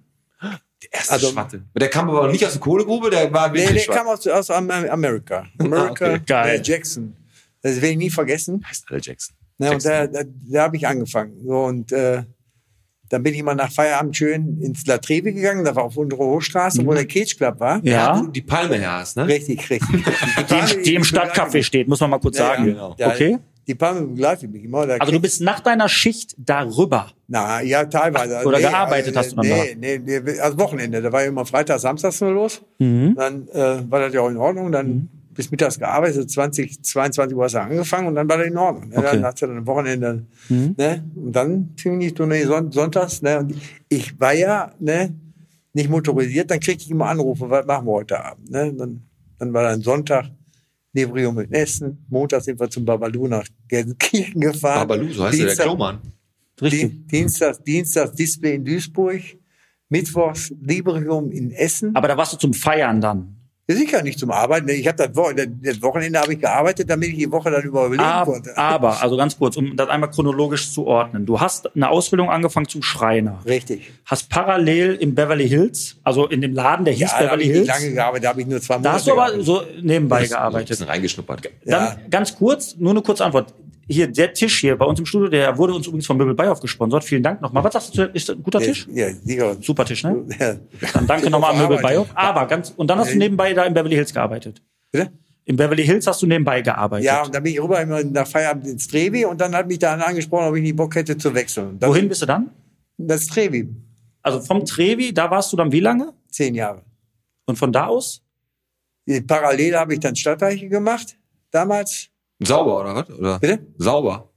Der erste
Also-
Schwatte. Der kam aber nicht aus der Kohlegrube, der war
Nee,
wirklich
der
Schwatte.
kam aus, aus Am- Amerika. Amerika,
okay.
Geil.
Der Jackson. Das werde ich nie vergessen.
heißt alle Jackson.
Ne, und
Jackson.
da, da, da habe ich angefangen. So, und äh, dann bin ich mal nach Feierabend schön ins La Treve gegangen, da war auf unserer Hochstraße, wo der Cage Club war.
Mhm. Ja,
Ja,
du die Palme her hast, ne?
Richtig, richtig.
die im, die im Stadtcafé steht, muss man mal kurz
Ja, ja.
sagen.
Genau.
Ja,
Okay.
Die Palme begleitet mich immer. Da
Also du bist nach deiner Schicht darüber.
Na, ja, teilweise. äh,
Oder gearbeitet hast du dann
nee, nee, nee, also Wochenende. Da war ja immer Freitag, Samstags nur los.
Mhm.
Dann äh, war das ja auch in Ordnung. Dann bis mittags gearbeitet, 20, 22 Uhr hast du angefangen und dann war das in Ordnung. Ne? Dann hast du dann am Wochenende.
Mhm.
Ne? Und dann fing die Tournee son sonntags. Ne? Und ich war ja ne, nicht motorisiert, dann kriegte ich immer Anrufe, was machen wir heute Abend? Ne? Dann, dann war dann Sonntag. Nebrio mit Essen. Montag sind wir zum Babalu nach Gelsenkirchen gefahren.
Babalu, so heißt er, der
Dienstag-
Klomann.
Richtig.
Di- Dienstags, Dienstags Display in Duisburg, Mittwochs Librium in Essen.
Aber da warst du zum Feiern dann.
Ja, sicher nicht zum Arbeiten. Ich habe das, Wo das Wochenende habe ich gearbeitet, damit ich die Woche dann überleben
Aber,
konnte.
aber, also ganz kurz, um das einmal chronologisch zu ordnen. Du hast eine Ausbildung angefangen zum Schreiner.
Richtig.
Hast parallel im Beverly Hills, also in dem Laden, der hieß
Ja, da habe
Beverly
ich nicht lange
Hills.
gearbeitet, da habe ich nur zwei Monate
Da hast du aber
gearbeitet.
so nebenbei
Ein bisschen
gearbeitet.
reingeschnuppert.
Dann ganz kurz, nur eine kurze Antwort. Hier, der Tisch hier bei uns im Studio, der wurde uns übrigens von Möbel Beihoff gesponsert. Vielen Dank nochmal. Was sagst du, zu- ist das ein guter Tisch?
Ja, sicher.
Super Tisch, ne?
Ja.
Dann danke nochmal an Möbel
Arbeit.
Beihoff. Aber ganz, und dann hast du nebenbei da in Beverly Hills gearbeitet.
Bitte?
In Beverly Hills hast du nebenbei gearbeitet.
Ja, und dann bin ich rüber immer nach Feierabend ins Trevi und dann hat mich da einer angesprochen, ob ich nicht Bock hätte zu wechseln. Dann,
Wohin bist du dann?
Das Trevi,
Also vom Trevi, da warst du dann wie lange?
zehn Jahre.
Und von da aus?
Parallel habe ich dann Stadteiche gemacht, damals.
Sauber, oder was? Oder?
Bitte? Hm?
Sauber.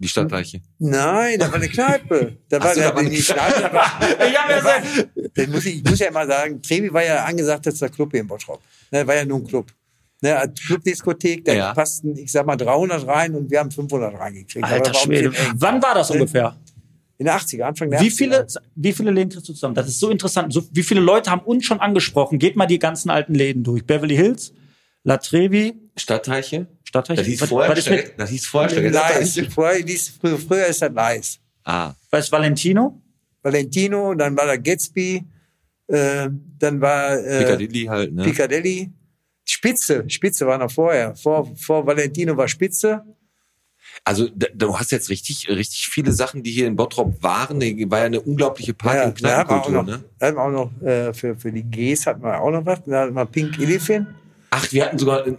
Die Stadtleiche.
Nein, da war eine Kneipe. Da war,
so,
da
da war eine
die Kneipe. Da war,
Ja,
da war, das muss ich, ich muss ja mal sagen, Trevi war ja angesagt, das ist der Club hier in Bottrop. Ne, war ja nur ein Club. Ne, als Clubdiskothek, da
Ja.
passten, ich sag mal, 300 rein und wir haben 500 reingekriegt. Aber
Alter
das war ein
Schwede.
bisschen eng.
Wann war das ungefähr?
In den 80er, Anfang der
Wie
80er.
viele, wie viele Läden kriegst du zusammen? Das ist so interessant. So, wie viele Leute haben uns schon angesprochen? Geht mal die ganzen alten Läden durch. Beverly Hills, La Trevi,
Stadteiche?
Stadtteil.
Das hieß
Was-
vorher
was ist mit,
Stadteiche. Das hieß vorher
Leis.
Stadteiche.
Vorher, dies, früher, früher ist das Leis.
Ah.
was ist Valentino?
Valentino, dann war da Gatsby, äh, dann war äh,
Piccadilly halt, ne?
Piccadilly. Spitze, Spitze war noch vorher. Vor, vor Valentino war Spitze.
Also d- du hast jetzt richtig, richtig viele Sachen, die hier in Bottrop waren. Hier war ja eine unglaubliche Party-
Ja,
und
da hatten wir auch
Kneipenkultur,
noch,
ne?
da hatten wir auch noch äh, für, für die Gs hatten wir auch noch was. Da hatten wir Pink Elephant.
Ach, wir hatten sogar äh,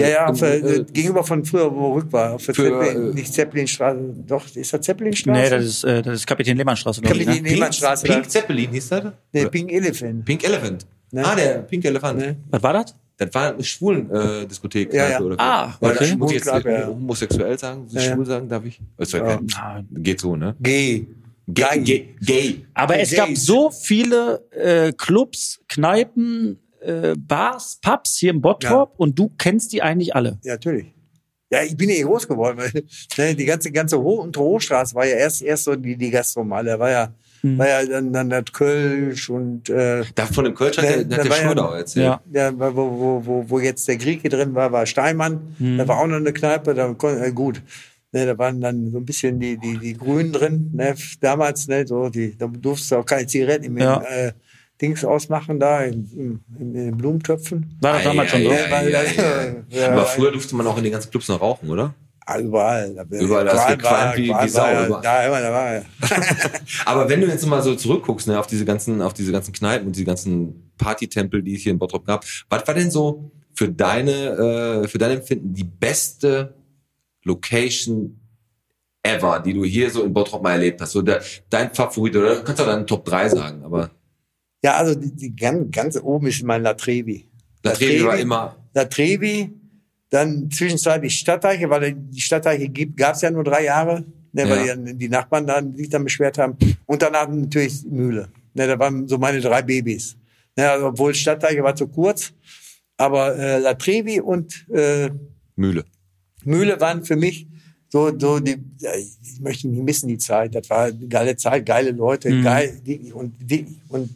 Ja, ja,
im,
für,
äh,
gegenüber von früher, wo Rück war. Für,
für,
Zeppelin,
äh,
nicht Zeppelinstraße. Doch, ist das Zeppelinstraße?
Nee, das ist, äh, das ist Kapitän Lehmannstraße, glaube ich.
Kapitän-
Ne?
Pink,
Lehmannstraße,
Pink
da.
Zeppelin hieß das?
nee,
Oder
Pink Elephant.
Pink Elephant.
Ne?
Ah, der Pink Elefant.
Ne?
Was war das?
Das war eine schwulen äh, Diskothek.
Ja, ja.
Oder
Ah,
Oder
okay.
Muss ich jetzt
Schwulen Club, ja.
homosexuell sagen?
Ja, ja.
Schwul sagen darf ich? Ist doch
Ja.
egal.
Na,
Geht so, ne?
G.
Gay.
Geil.
Gay. Gay.
Aber es gab
Gays.
so viele äh, Clubs, Kneipen, äh, Bars, Pubs hier im Bottrop und du kennst die eigentlich alle.
Ja, natürlich. Ja, ich bin ja eh groß geworden. Weil, ne, die ganze, ganze Hoch untere Hochstraße war ja erst, erst so die, die Gastromale. War ja,
Hm.
war ja dann, dann das Kölsch und, äh,
Da von dem Kölsch hat
Da-
der,
da
hat der
war ja-
Schröder erzählt.
Ja.
der, wo, wo, wo, wo jetzt der Grieche drin war, war Steinmann.
Mhm.
Da war auch noch eine Kneipe. Da, kon- äh, gut. Ne, da waren dann so ein bisschen die, die, die Grünen drin. Ne, damals, ne, so, die, da durfst du auch keine Zigaretten im
Ja.
äh, Dings ausmachen, da in, in, in den Blumentöpfen.
War das damals schon so?
Ei, ei,
Ja,
ei, ei.
ja,
Aber
ja.
früher durfte man auch in den ganzen Clubs noch rauchen, oder?
Ah, Überall. Da-
Überall hast du gequalmt wie- wie
war-
Sau,
war ja-
überall.
Da, immer, da war ja.
Aber wenn du jetzt mal so zurückguckst, ne, auf diese ganzen, auf diese ganzen Kneipen und diese ganzen Partytempel, die es hier in Bottrop gab, was war denn so für deine, äh, für dein Empfinden die beste Location ever, die du hier so in Bottrop mal erlebt hast? So der, dein Favorit, oder du kannst auch deinen Top 3 sagen, aber
Ja, also die, die ganz, ganz oben ist mein La Trevi.
La Trevi war immer,
La Trevi, dann zwischenzeitlich Stadteiche, weil die Stadteiche gab es ja nur drei Jahre, ne, weil
Ja.
die, die Nachbarn dann, sich dann beschwert haben. Und danach natürlich Mühle. Ne, da waren so meine drei Babys. Ne, also obwohl Stadteiche war zu kurz, aber äh, La Trevi und äh,
Mühle.
Mühle waren für mich so, so die, ja, ich möchte nicht missen die Zeit. Das war eine geile Zeit, geile Leute,
Mhm.
geil, die, und, die, und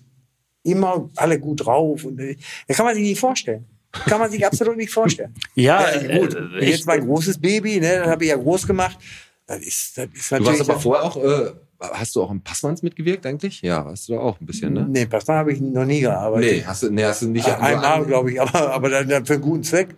immer alle gut drauf. Und, äh, das kann man sich nicht vorstellen. Kann man sich absolut nicht vorstellen.
Ja,
Ah,
Ja, gut.
äh, ich,
Jetzt mein großes Baby, ne, das habe ich ja groß gemacht. Das ist, das ist
Du
natürlich.
warst aber vorher auch, äh, hast du auch im Passmanns mitgewirkt eigentlich? Ja, hast du da auch ein bisschen,
Hm,
ne?
Nee, Pastor habe ich noch nie gearbeitet.
Nee, hast du, nee, hast du
Äh,
nicht.
Ah, Einmal,
nur-
glaube ich, aber, aber dann, dann für einen guten Zweck.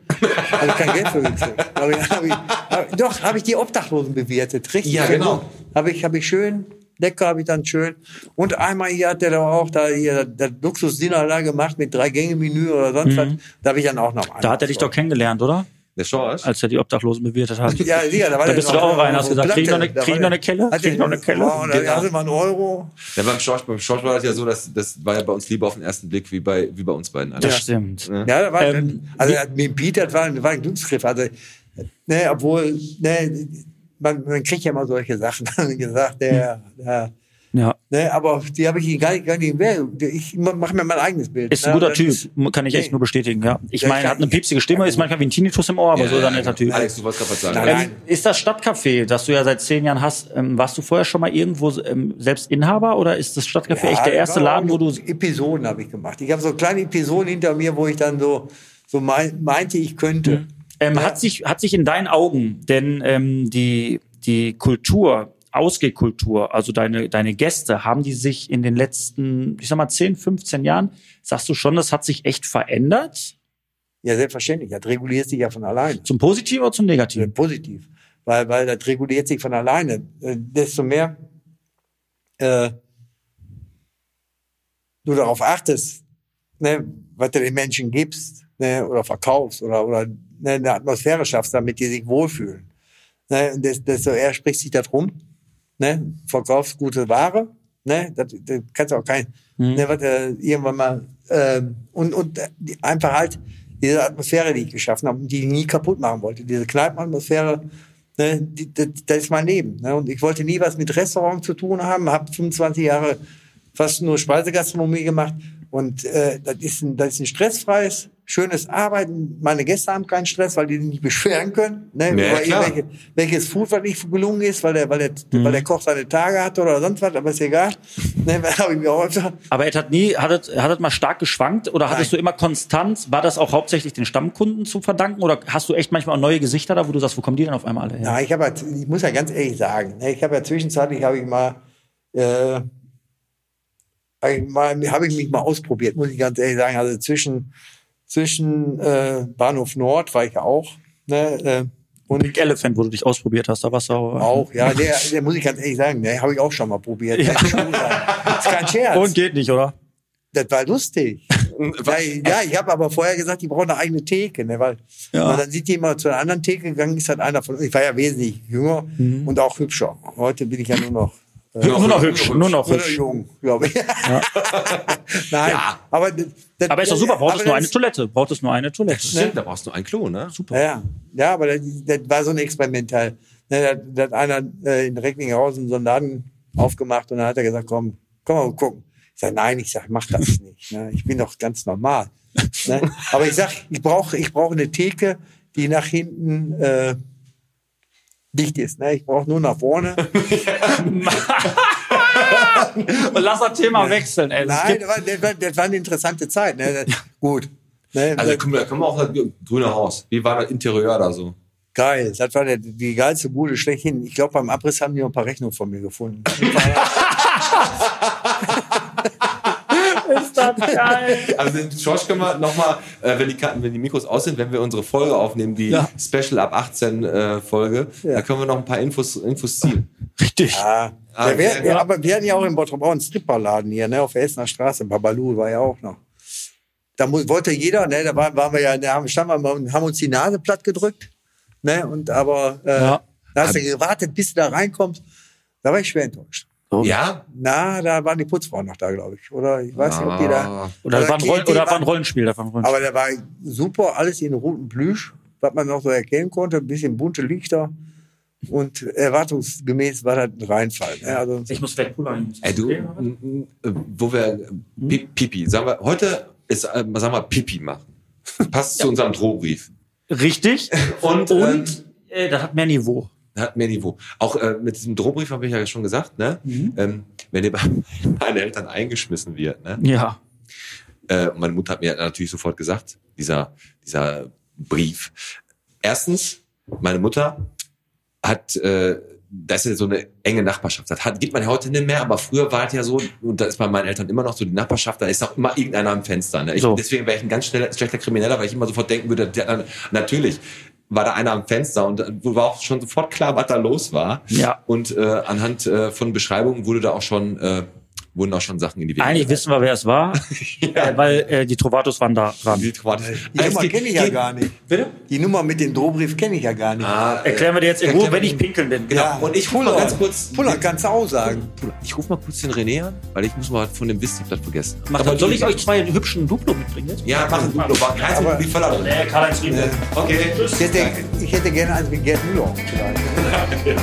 Habe ich kein Geld für gekriegt. Hab ich, hab ich, hab, doch, habe ich die Obdachlosen bewertet, richtig.
Ja, genau.
Habe ich, hab ich schön, lecker habe ich dann schön. Und einmal hier hat der doch auch da hier das Luxus-Dinner da gemacht mit drei Gänge Menü oder sonst was. Da habe ich dann auch noch einen.
Mhm. da hat er dich doch kennengelernt, oder?
Der Schorsch?
Als er die Obdachlosen bewirtet hat.
Ja, sicher, da war
Da
der
bist du
noch-
auch rein, hast gesagt,
Platte,
krieg ich noch eine-
da
krieg ich
war
noch eine
der-
Kelle?
hat
Krieg ich
der-
noch eine Kelle?
Wow, da
Genau.
hast du mal einen Euro.
Ja, beim Schorsch, beim Schorsch war das ja so, dass das war ja bei uns Liebe auf den ersten Blick wie bei wie bei uns beiden. alle.
Das stimmt.
Ja, da war,
Ähm,
also mit dem Beat, das war, das war ein Glücksgriff. Also, ne, obwohl, ne, man, man kriegt ja mal solche Sachen dann gesagt, der, der,
Ja,
ne, aber die habe ich ihm gar nicht, gar nicht mehr. Ich mache mir mein eigenes Bild.
ist ein
ne,
guter
das
Typ,
ist-
kann ich echt
Nee.
nur bestätigen. Ja, ich
Ja,
meine,
ich-
hat eine piepsige Stimme, ist manchmal wie ein Tinnitus im Ohr, aber
Ja,
so ist er ein
ja,
netter
ja.
Typ.
Alex, du wolltest gerade was sagen.
Nein,
Ähm, ist das Stadtcafé, das du ja seit zehn Jahren hast, ähm, warst du vorher schon mal irgendwo ähm, selbst Inhaber oder ist das Stadtcafé echt der
Ja,
erste
genau,
Laden, wo du
Episoden habe ich gemacht. Ich habe so kleine Episoden hinter mir, wo ich dann so, so mei- meinte, ich könnte.
Ähm,
Ja.
hat, sich, hat sich in deinen Augen denn ähm, die, die Kultur, Ausgehkultur, also deine, deine Gäste, haben die sich in den letzten, ich sag mal, 10, 15 Jahren, sagst du schon, das hat sich echt verändert?
Ja, selbstverständlich. Das reguliert sich ja von alleine.
Zum Positiven oder zum
Äh,
Negativen?
positiv, weil, weil das reguliert sich von alleine. Äh, desto mehr äh, du darauf achtest, ne, was du den Menschen gibst ne, oder verkaufst oder, oder ne, eine Atmosphäre schaffst, damit die sich wohlfühlen. Ne, und des, desto eher spricht sich das rum. Ne, verkaufst gute Ware. Ne, das, das kannst du auch kein,
Mhm.
ne, was, äh, irgendwann mal ähm, und, und äh, die, einfach halt diese Atmosphäre, die ich geschaffen habe, und die ich nie kaputt machen wollte. Diese Kneipenatmosphäre, ne, die, das, das ist mein Leben. Ne, und ich wollte nie was mit Restaurant zu tun haben, habe 25 Jahre fast nur Speisegastronomie gemacht und äh, das, ist ein, das ist ein stressfreies, schönes Arbeiten. Meine Gäste haben keinen Stress, weil die sich nicht beschweren können. Ne,
Ja,
über
klar.
irgendwelche welches Food, was nicht gelungen ist, weil der, weil der, weil
Mhm.
der Koch seine Tage hatte oder sonst was, aber ist egal. ne, habe ich mir auch öfter.
Aber es hat nie, hat es, hat es mal stark geschwankt oder hattest
Nein.
du immer Konstanz? War das auch hauptsächlich den Stammkunden zu verdanken oder hast du echt manchmal auch neue Gesichter da, wo du sagst, wo kommen die denn auf einmal alle her?
Na, ich habe, ja, ich muss ja ganz ehrlich sagen, ne, ich habe ja zwischenzeitlich habe ich mal, äh, habe ich mal, habe ich mich mal ausprobiert, muss ich ganz ehrlich sagen. Also zwischen zwischen äh, Bahnhof Nord war ich ja auch ne, äh, Und
Big Elephant, wo du dich ausprobiert hast, da warst du auch.
auch, ja, der, der muss ich ganz ehrlich sagen, ne, habe ich auch schon mal probiert.
Ja.
Das ist kein Scherz.
Und geht nicht, oder?
Das war lustig.
hm,
Weil, ja, ich habe aber vorher gesagt, die brauchen eine eigene Theke, ne, weil
Ja.
und dann sind die immer zu einer anderen Theke gegangen, ist halt einer von ich war ja wesentlich jünger und auch hübscher. Heute bin ich ja nur noch äh,
Nur noch Mhm. hübsch, nur noch
nur noch
hübsch.
jung, glaube ich. Nein, aber das, das-
Aber ist doch super, braucht
aber
es nur
das-
eine Toilette. Braucht es nur eine Toilette.
Stimmt, da brauchst du ein Klo, ne? Super.
Ja, ja, aber das, das war so ein Experimental. Ne, da da hat einer äh, in Recklinghausen so einen Laden aufgemacht und dann hat er gesagt, komm, komm mal gucken. Ich sage, nein, ich sag, mach das nicht. Ne? Ich bin doch ganz normal. Ne? Aber ich sag, ich brauche ich brauch eine Theke, die nach hinten äh, dicht ist. Ne? Ich brauche nur nach vorne.
Und lass das Thema wechseln, ey. Es
nein,
gibt-
das war, das, war, das war eine interessante Zeit. Ne? Gut. Ne?
Also guck mal, da kommen wir auch das grüne Haus. Wie war das Interieur da so?
Geil, das war der, die geilste Bude schlechthin. Ich glaube, beim Abriss haben die noch ein paar Rechnungen von mir gefunden.
Ist das geil.
Also den Josh können wir nochmal, äh, wenn, die Karten- wenn die Mikros aus sind, wenn wir unsere Folge aufnehmen, die
Ja.
Special ab 18 äh, Folge, da können wir noch ein paar Infos, Infos ziehen.
Richtig.
Ja,
Ah,
ja, wir,
ja,
ja, aber wir hatten ja auch in Bottrop auch einen Stripperladen hier, ne, auf der Essener Straße. Babalu war ja auch noch. Da mu- wollte jeder, ne, da waren, waren wir ja, da haben, standen wir mal und haben uns die Nase platt gedrückt, ne, und aber äh,
Ja.
da hast du gewartet, bis du da reinkommst. Da war ich schwer enttäuscht.
Ja?
Na, da waren die Putzfrauen noch da, glaube ich, oder? Ich weiß nicht, ob die da.
Ah.
Oder das war ein,
die-
Roll
die
oder war
waren-
ein Rollenspiel. Das war ein Rollenspiel.
aber da war super alles in roten Plüsch, was man noch so erkennen konnte, ein bisschen bunte Lichter. Und erwartungsgemäß war das ein Reinfall. Ne? Also,
Ich muss weg, Pulver.
Ey, du, m- m- äh, wo wir äh, Pi-
Hm?
Pipi, sagen wir, heute ist, äh, sagen wir, Pipi machen. Passt zu unserem Drohbrief.
Richtig.
Und, ähm,
Und äh, das hat mehr Niveau.
hat mehr Niveau. Auch äh, mit diesem Drohbrief habe ich ja schon gesagt, ne?
Mhm.
Ähm, wenn ihr bei meinen Eltern eingeschmissen wird, ne?
Ja.
Äh, und meine Mutter hat mir natürlich sofort gesagt, dieser, dieser Brief. Erstens, meine Mutter hat, äh, das ist ja so eine enge Nachbarschaft. Das hat, geht man ja heute nicht mehr, aber früher war es ja so, und da ist bei meinen Eltern immer noch so die Nachbarschaft, da ist auch immer irgendeiner am Fenster. Ne? Ich,
So.
Deswegen wäre ich ein ganz schneller, schlechter Krimineller, weil ich immer sofort denken würde, der, dann- natürlich war da einer am Fenster und dann war auch schon sofort klar, was da los war.
Ja.
Und äh, anhand äh, von Beschreibungen wurde da auch schon, äh, wurden auch schon Sachen in die Wege
Eigentlich wissen wir, wer es war, äh, weil äh, die Trovatos waren da dran.
die Tomate.
die Nummer
Also,
kenne Äh, ich ja
geht-
gar nicht.
Bitte?
Die Nummer mit dem Drohbrief kenne ich ja gar nicht.
Ah, äh,
Erklären wir dir jetzt in
erklären
Ruhe, wenn
wir
ich
den-
pinkeln bin.
Genau. Und ich rufe mal ganz kurz.
Puller kannst du auch sagen.
Ich rufe mal kurz den René an, weil ich muss mal von dem Wissen, ich hab das vergessen.
Macht das. soll ich euch zwei hübschen Duplo mitbringen jetzt?
Ja, mach ein Duplo. mach- Kannst du
Aber-
die Völler drin?
Nee, Karl-Heinz Riedel.
Okay.
Ich hätte, ich hätte gerne eins mit Gerd Müller vielleicht.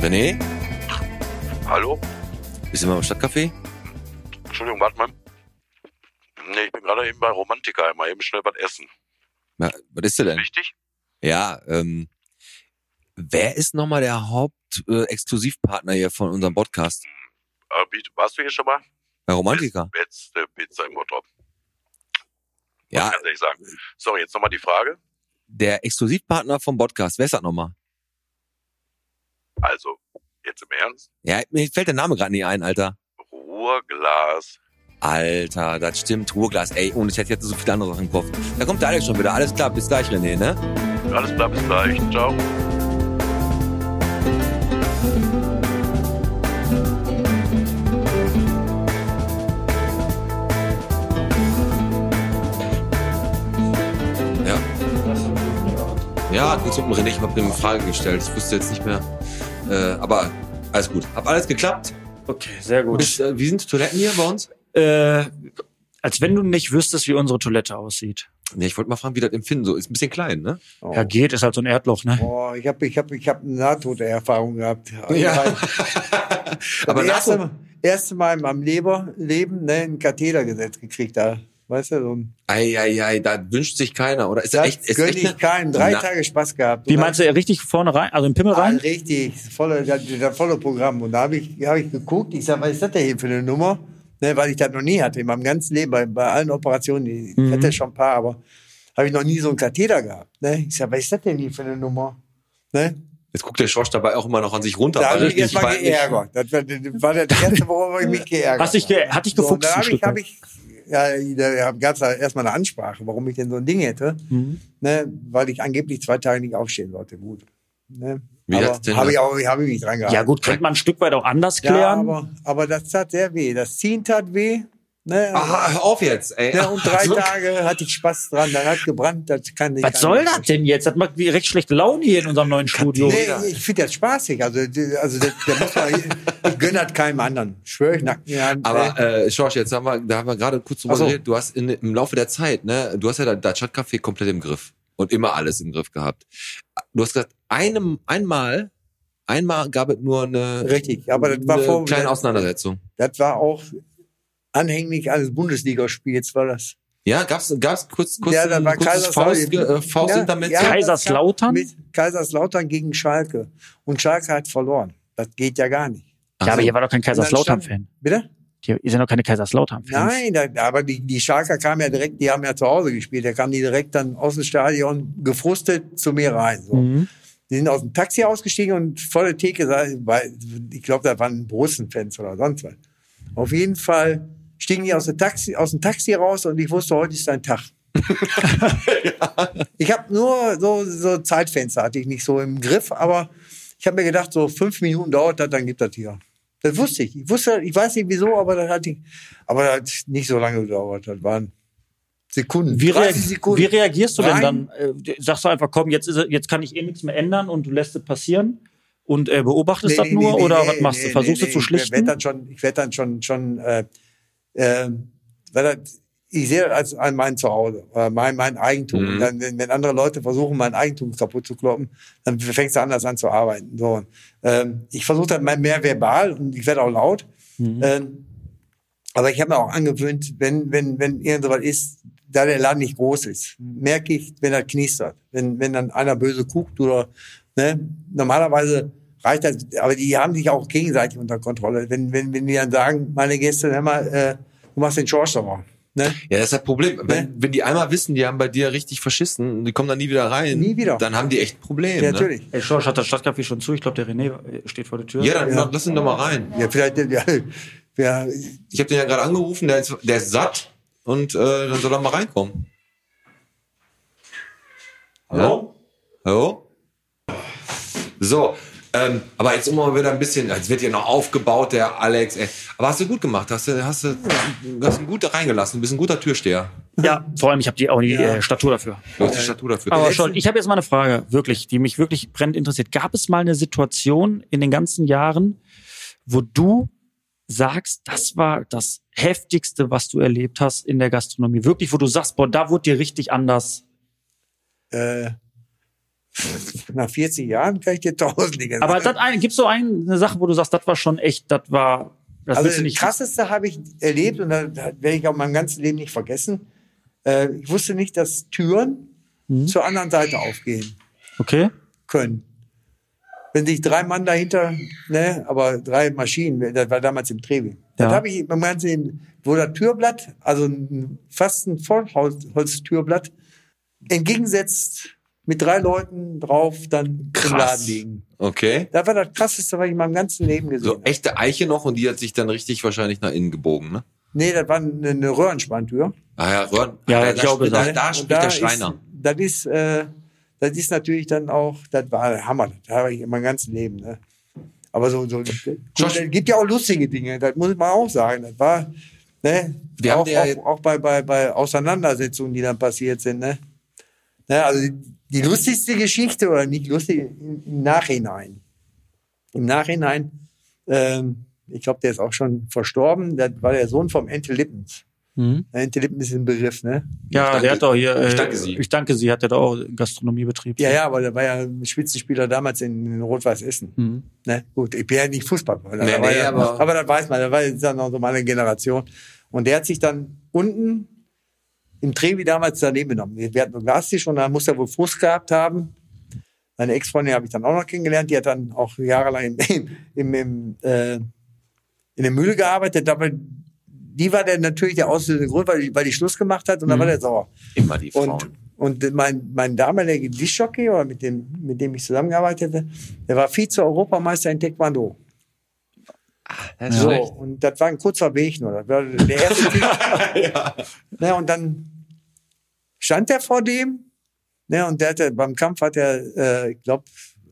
René,
Hallo?
bist du mal im Stadtcafé?
Entschuldigung, warte mal. Nee, ich bin gerade eben bei Romantika. Mal eben schnell was essen.
Na, was ist denn?
Wichtig?
Ja, ähm, wer ist nochmal der Haupt-Exklusivpartner hier von unserem Podcast?
Äh, wie, warst du hier schon mal?
Bei Romantika?
Beste Pizza im Bottrop. Muss
Ja,
ich ganz ehrlich sagen. Sorry, jetzt nochmal die Frage.
der Exklusivpartner vom Podcast. Wer ist das nochmal?
Also, jetzt im Ernst.
Ja, mir fällt der Name gerade nicht ein, Alter.
Ruhrglas.
Alter, das stimmt. Ruhrglas, ey. Und ich hätte jetzt so viele andere Sachen im Kopf. Da kommt der Alex schon wieder. Alles klar, bis gleich, René, ne?
Alles klar, bis gleich. Ciao.
Ja. Ja, hat nichts mit dem René. Ich hab dem eine Frage gestellt. Ich wusste jetzt nicht mehr. Äh, aber alles gut. Hab alles geklappt.
Okay, sehr gut.
Bis, äh, wie sind die Toiletten hier bei uns?
Äh, als wenn du nicht wüsstest, wie unsere Toilette aussieht.
Nee, ich wollte mal fragen, wie das Empfinden so ist. Ein bisschen klein, ne?
Oh.
Ja, geht, ist halt so ein Erdloch, ne?
Boah, Oh, ich habe ich hab, ich hab eine Nahtoderfahrung gehabt.
Ja.
aber
aber
das erste,
nach,
Mal- erste Mal in meinem Leber, Leben ne, einen Katheter gesetzt gekriegt. Da, weißt du, so ein,
ei, ei, ei, da wünscht sich keiner, oder? Ist
das
das echt, ist
gönn
echt
ich keinen. Drei
Na-
Tage Spaß gehabt.
Wie meinst du, äh, richtig vorne rein, also im Pimmel
Ah,
rein?
richtig, volle, das, das volle Programm. Und da habe ich, hab ich geguckt, ich sage, was ist das denn hier für eine Nummer? Ne, weil ich das noch nie hatte in meinem ganzen Leben, bei, bei allen Operationen, ich ich hatte schon ein paar, aber habe ich noch nie so einen Katheter gehabt. Ne? Ich sage, was ist das denn hier für eine Nummer? Ne?
Ist Jetzt guckt der Schorsch dabei auch immer noch an sich runter.
Da habe ich mich
nicht-
jetzt mal
weil nicht-
geärgert. Das war, das war das erste, worüber ich mich geärgert
Hast dich,
habe.
ge- hat dich gefuchst
So,
ein
und
Stück
dann habe
weit.
ich, hab ich, ja, da gab es erstmal eine Ansprache, warum ich denn so ein Ding hätte.
Mhm.
Ne, weil ich angeblich zwei Tage nicht aufstehen sollte. Gut. Ne?
Wie
aber
hat's denn
habe
das-
ich, auch- hab ich mich dran gehalten.
Ja gut, könnte man ein Stück weit auch anders
Ja,
klären.
aber, aber das tat sehr weh. Das Ziehen tat weh. Ne?
Aha, hör auf jetzt, ey. Also,
Ne, und drei
So.
Tage hatte ich Spaß dran. Dann hat gebrannt. Das kann ich
Also Was soll
kann ich-
das denn jetzt? Das macht direkt schlechte Laune hier in unserem neuen Studio.
Nee, ich finde das spaßig. Also, die- also das, da muss man, ich gönne das keinem anderen. Schwöre ich nackt mir an.
Aber äh, Schorsch, jetzt haben wir, da haben wir gerade kurz drüber
Ach so.
geredet. Du hast in, im Laufe der Zeit, ne, du hast ja das Chatcafé komplett im Griff und immer alles im Griff gehabt. Du hast gesagt, einem, einmal, einmal gab es nur eine,
Richtig, aber das war
eine
vor-
kleine Auseinandersetzung.
das war auch anhängig eines Bundesligaspiels, war das.
Ja, gab's, gab's kurz, kurz,
Ja, da war
kurzes Faust,
Kaiserslautern.
äh, Faust
Ja, ja.
Kaiserslautern?
Mit Kaiserslautern gegen Schalke. Und Schalke hat verloren. Das geht ja gar nicht.
ja, aber hier war doch kein Kaiserslautern-Fan.
Bitte?
Hier sind doch keine Kaiserslautern-Fans.
Nein, da, aber die, die Schalker kamen ja direkt, die haben ja zu Hause gespielt, da kamen die direkt dann aus dem Stadion gefrustet zu mir rein. So.
Mhm.
Die sind aus dem Taxi ausgestiegen und volle Theke, sa- weil ich glaube, da waren Borussen-Fans oder sonst was. Auf jeden Fall stiegen die aus dem Taxi, aus dem Taxi raus und ich wusste, heute ist ein Tag. Ich habe nur so, so Zeitfenster hatte ich nicht so im Griff, aber ich habe mir gedacht, so fünf Minuten dauert das, dann gibt das hier. Das wusste ich. Ich wusste, ich weiß nicht wieso, aber das hat, ich, aber das hat nicht so lange gedauert. Das waren Sekunden.
Wie, reag
30 Sekunden.
wie reagierst du denn
Rein.
dann? Äh, sagst du einfach, komm, jetzt, ist, es- jetzt kann ich eh nichts mehr ändern und du lässt es passieren und äh, beobachtest das nur oder was machst du?
nee,
Versuchst
nee,
du zu
Ich werde
schlichten?
dann schon, ich werde dann schon, schon äh, äh, weil das, ich sehe das als an mein Zuhause, äh, mein, mein Eigentum.
Mhm.
Und dann, wenn, wenn andere Leute versuchen, mein Eigentum kaputt zu kloppen, dann fängst du anders an zu arbeiten. So. Ähm, ich versuche das mal mehr verbal und ich werde auch laut.
Mhm.
Ähm, aber ich habe mir auch angewöhnt, wenn, wenn, wenn irgendwas ist, da der Laden nicht groß ist, merke ich, wenn er knistert, wenn, wenn dann einer böse guckt oder, ne, normalerweise reicht das, aber die haben sich auch gegenseitig unter Kontrolle. Wenn, wenn, wenn die dann sagen, meine Gäste, hör mal, äh, du machst den Schorsch sauber, ne?
Ja, das ist das Problem. Wenn, wenn die einmal wissen, die haben bei dir richtig verschissen und die kommen dann nie wieder rein,
Nie wieder.
dann haben die echt ein Problem.
Ja,
ne?
natürlich.
Ey, Schorsch hat das Stadtcafé schon zu. Ich glaube, der René äh, steht vor der Tür.
Ja, dann
Ja.
lass ihn doch mal rein.
Ja, vielleicht, ja, ja,
Ich habe den ja gerade angerufen, der ist, der ist satt und äh, dann soll er mal reinkommen. Hallo? Hallo? So, ähm, aber jetzt immer wieder ein bisschen, jetzt wird hier noch aufgebaut, der Alex. Ey. Aber hast du gut gemacht, hast du, hast du, hast du gut reingelassen, du bist ein guter Türsteher.
Ja, vor allem, ich habe die auch die
Ja.
äh, Statur dafür.
Du hast die Statur dafür.
Aber schon, ich habe jetzt mal eine Frage, wirklich, die mich wirklich brennend interessiert. Gab es mal eine Situation in den ganzen Jahren, wo du sagst, das war das heftigste, was du erlebt hast in der Gastronomie? Wirklich, wo du sagst, boah, da wurde dir richtig anders.
äh, nach 40 Jahren kann ich dir tausend Dinge
Aber das eine, gibt's so ein- eine Sache, wo du sagst, das war schon echt, das war, das
also
willst du
das
nicht.
krasseste habe ich erlebt und das werde ich auch mein ganzes Leben nicht vergessen. Äh, ich wusste nicht, dass Türen
Mhm.
zur anderen Seite aufgehen
Okay.
können. Wenn sich drei Mann dahinter, ne, aber drei Maschinen, das war damals im Trevi. Das
Ja.
habe ich mein ganzes Leben, wo das Türblatt, also ein, fast ein Vollholztürblatt, entgegensetzt mit drei Leuten drauf dann im Laden liegen.
Okay.
Das war das krasseste, was ich in meinem ganzen Leben gesehen
So
habe.
echte Eiche noch und die hat sich dann richtig wahrscheinlich nach innen gebogen, ne?
Nee, das war eine, eine Röhrenspantür.
Ah ja, Röhren.
Ja,
da,
ich glaube,
da, da,
so.
da
Und
spricht
da
der Schreiner.
Ist, das ist, äh, das ist natürlich dann auch, das war der Hammer. Das habe ich in meinem ganzen Leben. Ne? Aber so, so
Josh.
es gibt ja auch lustige Dinge. Das muss man auch sagen. Das war, ne?
Wir
auch,
haben ja-
auch, auch bei, bei, bei Auseinandersetzungen, die dann passiert sind. Ne? Ne, also die- die lustigste Geschichte oder nicht lustig im im Nachhinein. Im Nachhinein, ähm, ich glaube, der ist auch schon verstorben. Das war der Sohn vom Ente Lippens.
Mhm.
Ente Lippens ist ein Begriff, ne?
Ja,
danke-
der hat doch hier, äh,
ich danke Sie.
ich danke sie, hat ja da auch Gastronomiebetrieb.
Ja, ja, aber der war ja ein Spitzenspieler damals in, in Rot-Weiß Essen.
Mhm.
Ne? Gut, ich bin ja nicht Fußballspieler.
Nee,
aber,
nee, aber-
aber das weiß man, das war jetzt dann noch so meine Generation. Und der hat sich dann unten im Trevi damals daneben genommen. Wir hatten einen Glastisch und da muss er wohl Frust gehabt haben. Meine Ex-Freundin habe ich dann auch noch kennengelernt. Die hat dann auch jahrelang im, im, im, äh, in der Mühle gearbeitet. Aber
Mhm.
die war dann natürlich der auslösende Grund, weil die, weil die Schluss gemacht hat und dann war der sauer.
Immer die Frauen.
Und Und mein, mein damaliger Discjockey, oder mit dem, mit dem ich zusammengearbeitet habe, der war Vize-Europameister in Taekwondo.
Das ist
so,
schlecht.
und das war ein kurzer Weg nur. Das war der erste Typ. ne, und dann stand er vor dem, ne, und der hatte, beim Kampf hat er, äh, ich glaube,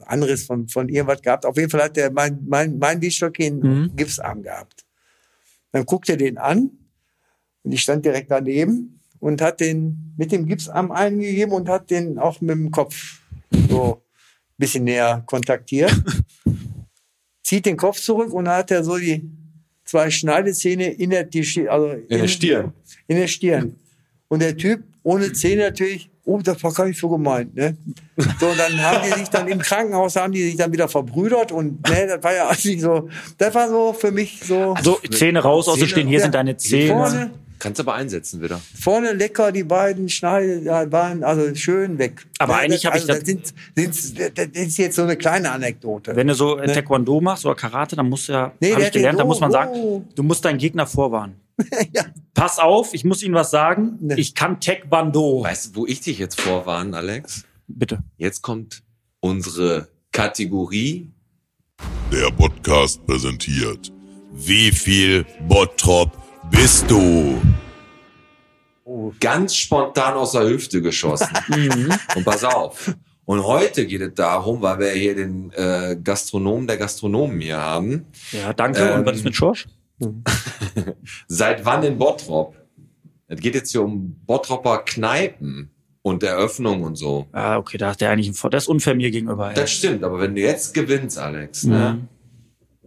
anderes von, von irgendwas gehabt. Auf jeden Fall hat er mein, mein, mein Discjockey einen
Mhm.
Gipsarm gehabt. Dann guckte er den an, und ich stand direkt daneben und hat den mit dem Gipsarm eingegeben und hat den auch mit dem Kopf so ein bisschen näher kontaktiert. Zieht den Kopf zurück und hat er so die zwei Schneidezähne in der, die, Schi- also
In der Stirn.
In der Stirn. Und der Typ ohne Zähne natürlich, oh, das war gar nicht so gemeint. Ne? So, und dann haben die sich dann im Krankenhaus, haben die sich dann wieder verbrüdert und ne, das war ja eigentlich so, das war so für mich so.
So, Zähne raus, aus dem
Zähne-
Stehen, Also, hier
Ja.
sind deine Zähne.
vorne,
Kannst aber einsetzen wieder.
Vorne lecker, die beiden Schneide ja, waren also schön weg.
Aber
Ja,
eigentlich
das-
hab ich
also,
das-
das, sind, sind, das ist jetzt so eine kleine Anekdote.
Wenn du so äh, Taekwondo machst oder Karate, dann musst du ja,
Nee,
hab
der
ich
hat den
gelernt, da
so,
muss man
oh.
sagen, du musst deinen Gegner vorwarnen. Pass auf, ich muss Ihnen was sagen.
Ne.
Ich kann Taekwondo.
Weißt du, wo ich dich jetzt vorwarnen, Alex?
Bitte.
Jetzt kommt unsere Kategorie.
Der Podcast präsentiert. Wie viel Bottrop bist du?
Ganz spontan aus der Hüfte geschossen.
Mhm.
Und pass auf. Und heute geht es darum, weil wir hier den äh, Gastronomen der Gastronomen hier haben.
Ja, danke.
Ähm,
Und was ist mit Schorsch?
Seit wann in Bottrop? Es geht jetzt hier um Bottroper Kneipen und Eröffnung und so.
Ah, okay, da hat der eigentlich einen Vor. Das ist unfair mir gegenüber. Ja. Mhm.
Das stimmt, aber wenn du jetzt gewinnst, Alex, ne,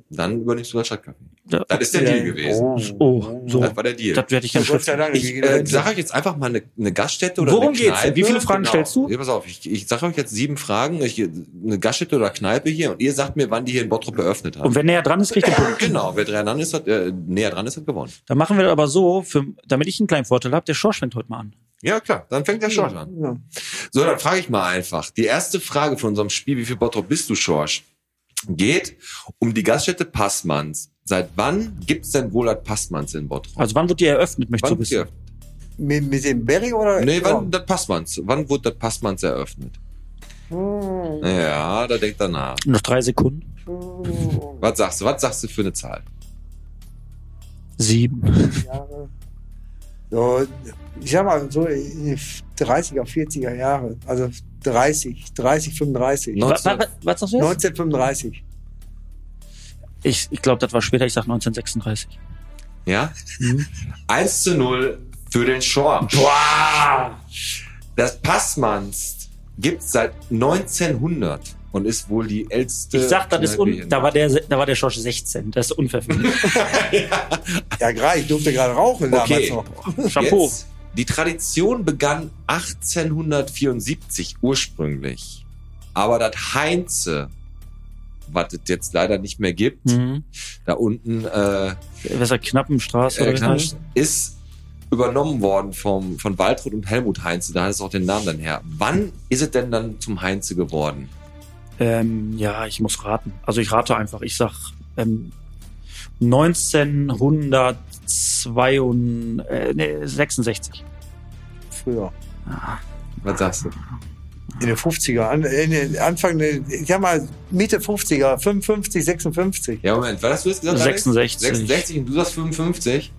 dann übernimmst du das Stadtcafé.
Ja.
Das ist der Deal gewesen.
Oh, so.
Das war der Deal.
Das werde ich dann
Gott sei
schriftlich.
Dank.
Ich äh, sage euch jetzt einfach mal eine, eine Gaststätte oder
Worum
eine
geht's
Kneipe.
denn?
Genau.
Wie viele Fragen stellst du?
Ja, pass auf, ich, ich sage euch jetzt sieben Fragen, ich, eine Gaststätte oder Kneipe hier und ihr sagt mir, wann die hier in Bottrop eröffnet haben.
Und wer näher dran ist, kriegt den Punkt.
genau, wer dran ist, hat, äh, näher dran ist, hat gewonnen.
Dann machen wir das aber so, für, damit ich einen kleinen Vorteil habe, der Schorsch fängt heute mal an.
Ja, klar, dann fängt der Schorsch an.
Ja.
So, dann frage ich mal einfach. Die erste Frage von unserem Spiel, wie viel Bottrop bist du, Schorsch? Geht um die Gaststätte Passmanns. Seit wann gibt's denn wohl das Passmanns in Bottrop?
Also wann wird die eröffnet, möchtest
Wann,
du wissen?
hier,
Mit, mit dem Berry
Äh,
oder?
nee, wann
Ja.
das Passmanns? Wann wurde das Passmanns eröffnet?
Hm.
Ja, da denkt er nach.
Noch drei Sekunden.
Was sagst du? Was sagst du für eine Zahl?
Sieben.
so, ich sag mal so in den 30er, 40er Jahre. Also 30, 30, 35.
Neun-
Was,
19.
was, was sagst du jetzt?
1935.
Ich, ich glaube, das war später, ich sag 1936.
Ja? 1 zu 0 für den Schorsch. Das Passmanns gibt's seit 1900 und ist wohl die älteste.
Ich sag, das ist
Kneipe hier
un
in
da war der da war der Schorsch 16. Das ist unfair. für mich.
Ja, gerade, ich durfte gerade rauchen
Okay.
damals noch.
Chapeau.
Jetzt, die Tradition begann 1874 ursprünglich. Aber das Heinze, was es jetzt leider nicht mehr gibt,
Mhm.
da unten äh,
Besser Knappenstraße
äh,
oder
Knall-
Knappenstraße.
ist übernommen worden vom, von Waltraud und Helmut Heinze. Da hat es auch den Namen dann her. Wann ist es denn dann zum Heinze geworden?
Ähm, ja, ich muss raten. Also ich rate einfach. Ich sag ähm, 1962. Äh, nee, 66.
Früher.
Was sagst du?
In den 50er, an- in den Anfang, der- ich sag mal Mitte 50er, 55, 56.
Ja, Moment, was hast du jetzt gesagt? Alex?
66.
66 und du sagst 55.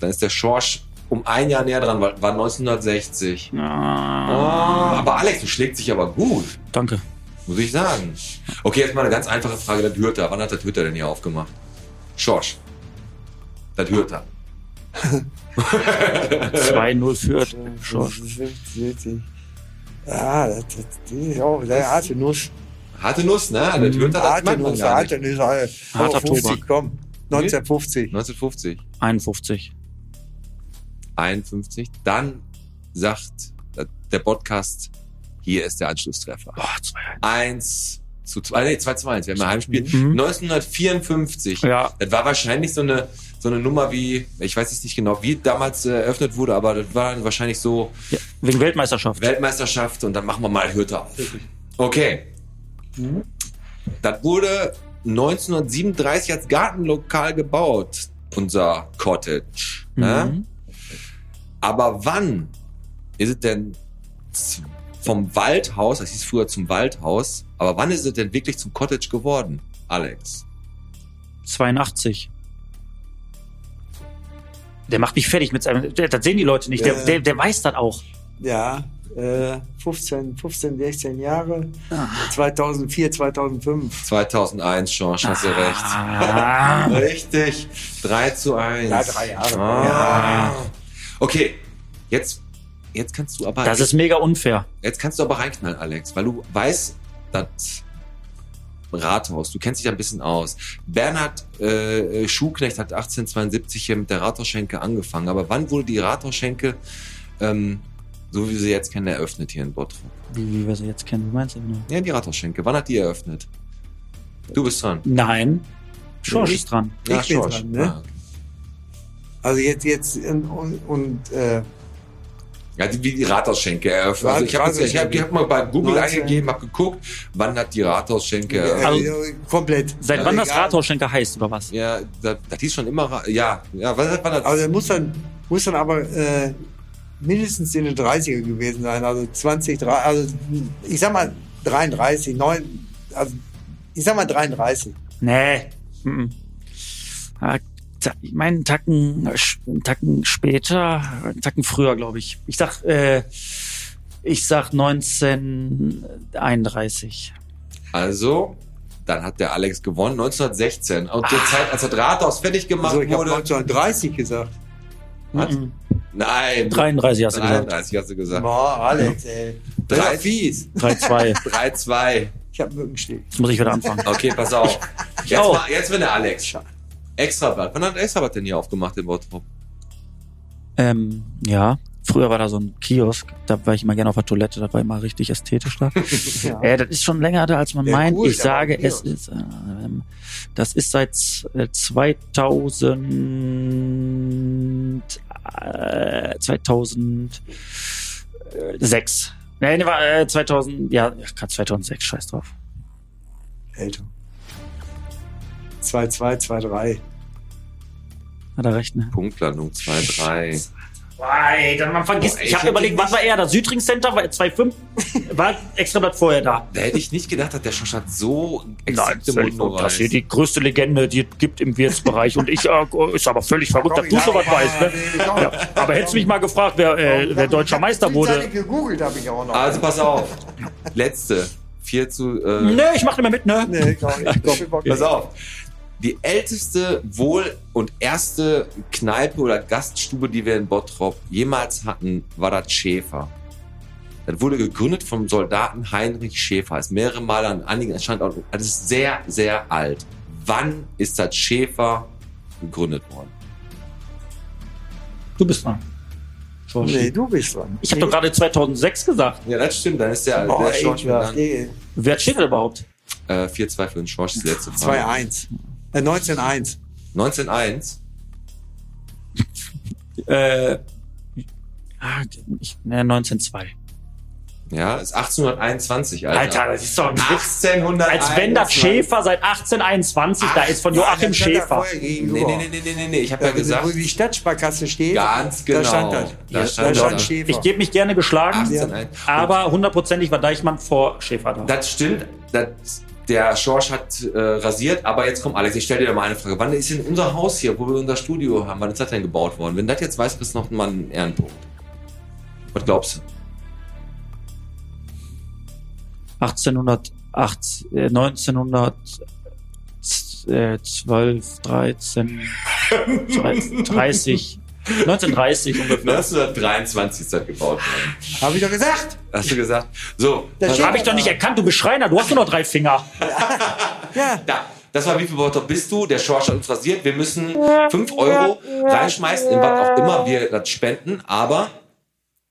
Dann ist der Schorsch um ein Jahr näher dran, weil war 1960. Ah, aber Alex, du schlägst dich aber gut,
Danke.
muss ich sagen. Okay, jetzt mal eine ganz einfache Frage. Das Hürter, wann hat das Hürter denn hier aufgemacht? Schorsch. Das Hürter.
2-0 führt. Schorsch.
50. Ah, das, das, das ist auch eine harte Nuss.
Harte Nuss, ne? Das Hürter, das
Harte
macht man
Nuss,
gar nicht.
harte Nuss. Alter.
Harter
Aber 50,
Tobak.
komm. 1950.
1950.
51.
51. Dann sagt äh, der Podcast, hier ist der Anschlusstreffer.
Boah, 2-1.
1 zu 2, nee, 2 zu 1, wir haben ein Heimspiel.
Mhm.
1954.
Ja,
Das war wahrscheinlich so eine, so eine Nummer wie, ich weiß jetzt nicht genau, wie damals äh, eröffnet wurde, aber das war wahrscheinlich so
ja, wegen Weltmeisterschaft.
Weltmeisterschaft und dann machen wir mal Hürte auf. Okay. Das wurde 1937 als Gartenlokal gebaut, unser Cottage. Ne?
Mhm.
Aber wann ist es denn z- vom Waldhaus, das hieß früher zum Waldhaus, aber wann ist es denn wirklich zum Cottage geworden, Alex?
82. Der macht mich fertig mit seinem. der- Das sehen die Leute nicht.
Ja, ja.
Der, der, der weiß das auch.
Ja, äh, 15, 15, 16 Jahre. 2004, 2005.
2001, George, hast du recht.
Ah,
Richtig. 3 zu 1.
Ja, drei Jahre.
Ah.
Ja.
Okay, jetzt, jetzt kannst du aber
das ist mega unfair.
Jetzt kannst du aber reinknallen, Alex, weil du weißt, das Rathaus, du kennst dich da ein bisschen aus. Bernhard äh, Schuhknecht hat 1872 hier mit der Rathausschenke angefangen, aber wann wurde die Rathausschenke, ähm, so wie wir sie jetzt kennen, eröffnet hier in Bottrop?
Wie, wie wir sie jetzt kennen. Wie meinst du genau?
Ja, die Rathausschenke, wann hat die eröffnet? Du bist dran.
Nein. Schorsch
Nee.
ist dran.
Ich
Ja,
bin
Schorsch.
dran, ne? Also jetzt, jetzt und, und, und äh,
Ja, die, wie die Rathausschenke eröffnet. Also ich habe
Rathausschenke.
ich hab, ich hab mal bei Google
19.
eingegeben, habe geguckt, wann hat die Rathausschenke eröffnet.
äh,
Also-
komplett. Also
Seit
Ja,
wann das
egal.
Rathausschenker heißt, oder was?
Ja, das, das hieß schon immer, Ra- ja, ja, was hat man das?
Also er muss dann, muss dann aber äh, mindestens in den 30er gewesen sein. Also 20, 3, also ich sag mal 33, 9, also ich sag mal 33.
Nee. Mhm. Ah, ta- Ich meine, einen Tacken, einen Tacken später, einen Tacken früher, glaube ich. Ich sag, äh, ich sag 1931.
Also, dann hat der Alex gewonnen, 1916. Und zur Zeit, als das Rathaus fertig gemacht
Ah. Also ich habe
wurde.
1930 gesagt.
Was?
Mhm.
Nein,
33 hast du gesagt.
33 hast du gesagt.
Boah, Alex, ey. Das war
Drei-
fies.
3-2.
3-2.
Ich habe Mückenstich.
Jetzt muss ich wieder anfangen.
Okay, pass auf. Jetzt,
auch.
war, jetzt bin der Alex. Extrablatt. Wann hat Extrablatt denn hier aufgemacht in Bottrop?
Ähm, ja, früher war da so ein Kiosk, da war ich immer gerne auf der Toilette, das war immer richtig ästhetisch da.
Ja.
Äh, das ist schon länger da, als man
Ja,
meint.
cool,
ich
aber
sage,
hier.
es ist, ähm, das ist seit äh, 2000, äh, 2006. Nee, nee, war äh, 2000, ja, grad 2006, scheiß drauf.
Älter. 2, 2, 2, 3.
Hat er recht, ne?
Punktlandung 2-3.
Boah, dann man vergisst.
Boah, ey,
ich
ich
habe
hätte
überlegt, wann war er? Das Südring Center war 2005, war extra Blatt vorher da.
Da hätte ich nicht gedacht, dass der Schorschat so
Nein,
exakte
völlig
Mundo
verrückt. das ist hier
weiß.
die größte Legende, die es gibt im Wirtsbereich. Und ich äh, ist aber völlig verrückt, dass du sowas weißt. Ne? Ja, aber hättest mich mal gefragt, wer, äh, wer deutscher Meister wurde.
gegoogelt habe ich auch noch.
Also pass auf. Letzte. 4 zu. Äh,
Nö, ich mach nicht mehr mit, ne?
nee, ich auch nicht. Ich bin
Komm,
Bock
pass
nicht.
auf. Die älteste wohl und erste Kneipe oder Gaststube, die wir in Bottrop jemals hatten, war das Schäfer. Das wurde gegründet vom Soldaten Heinrich Schäfer. Ist mehrere Male an einigen Standorten. Das ist sehr, sehr alt. Wann ist das Schäfer gegründet worden?
Du bist dran. Oh,
Nee, du bist dran.
Ich habe doch gerade 2006 gesagt.
Ja, das stimmt. Dann ist der,
Boah,
der
ey,
Schorsch mit
ja,
dann.
ey,
Wer steht denn überhaupt?
Äh, 4-2 für den Schorsch, die letzte Frage.
2-1. Äh, 19-1.
19-1.
Äh, ah, ich, ne, 19.2.
Ja, ist 1821, Alter.
Alter, das ist doch ein Witz.
1821.
Als wenn das Schäfer seit 1821 da ist, von
Nein,
Joachim
das stand da
Schäfer.
vorher
Nee,
gegenüber.
nee, nee, nee, nee, nee, nee. Ich habe
Ja,
ja gesagt,
Wo die Stadtsparkasse steht,
Ganz genau.
da stand das.
Da
Ja,
stand
da
das.
stand Schäfer.
Ich gebe mich gerne geschlagen,
18, ein.
aber hundertprozentig war Deichmann vor Schäfer da.
Das stimmt. Das, der Schorsch hat äh, rasiert, aber jetzt komm, Alex, ich stell dir da mal eine Frage. Wann ist denn unser Haus hier, wo wir unser Studio haben? Wann ist das denn gebaut worden? Wenn das jetzt weiß, kriegst du noch mal einen Ehrenpunkt. Was glaubst du?
1808, äh, 1912, 13, 30, 1930 ungefähr.
1923 ist das gebaut worden.
Habe ich doch gesagt.
Hast du gesagt? So,
Da
pass
steht-
auf.
Habe ich doch nicht erkannt, du Beschreiner, du hast nur noch drei Finger.
Ja.
Da, das war wie viel Worte bist du? Der Schorsch hat uns rasiert. Wir müssen 5 Euro reinschmeißen, in was auch immer wir das spenden. Aber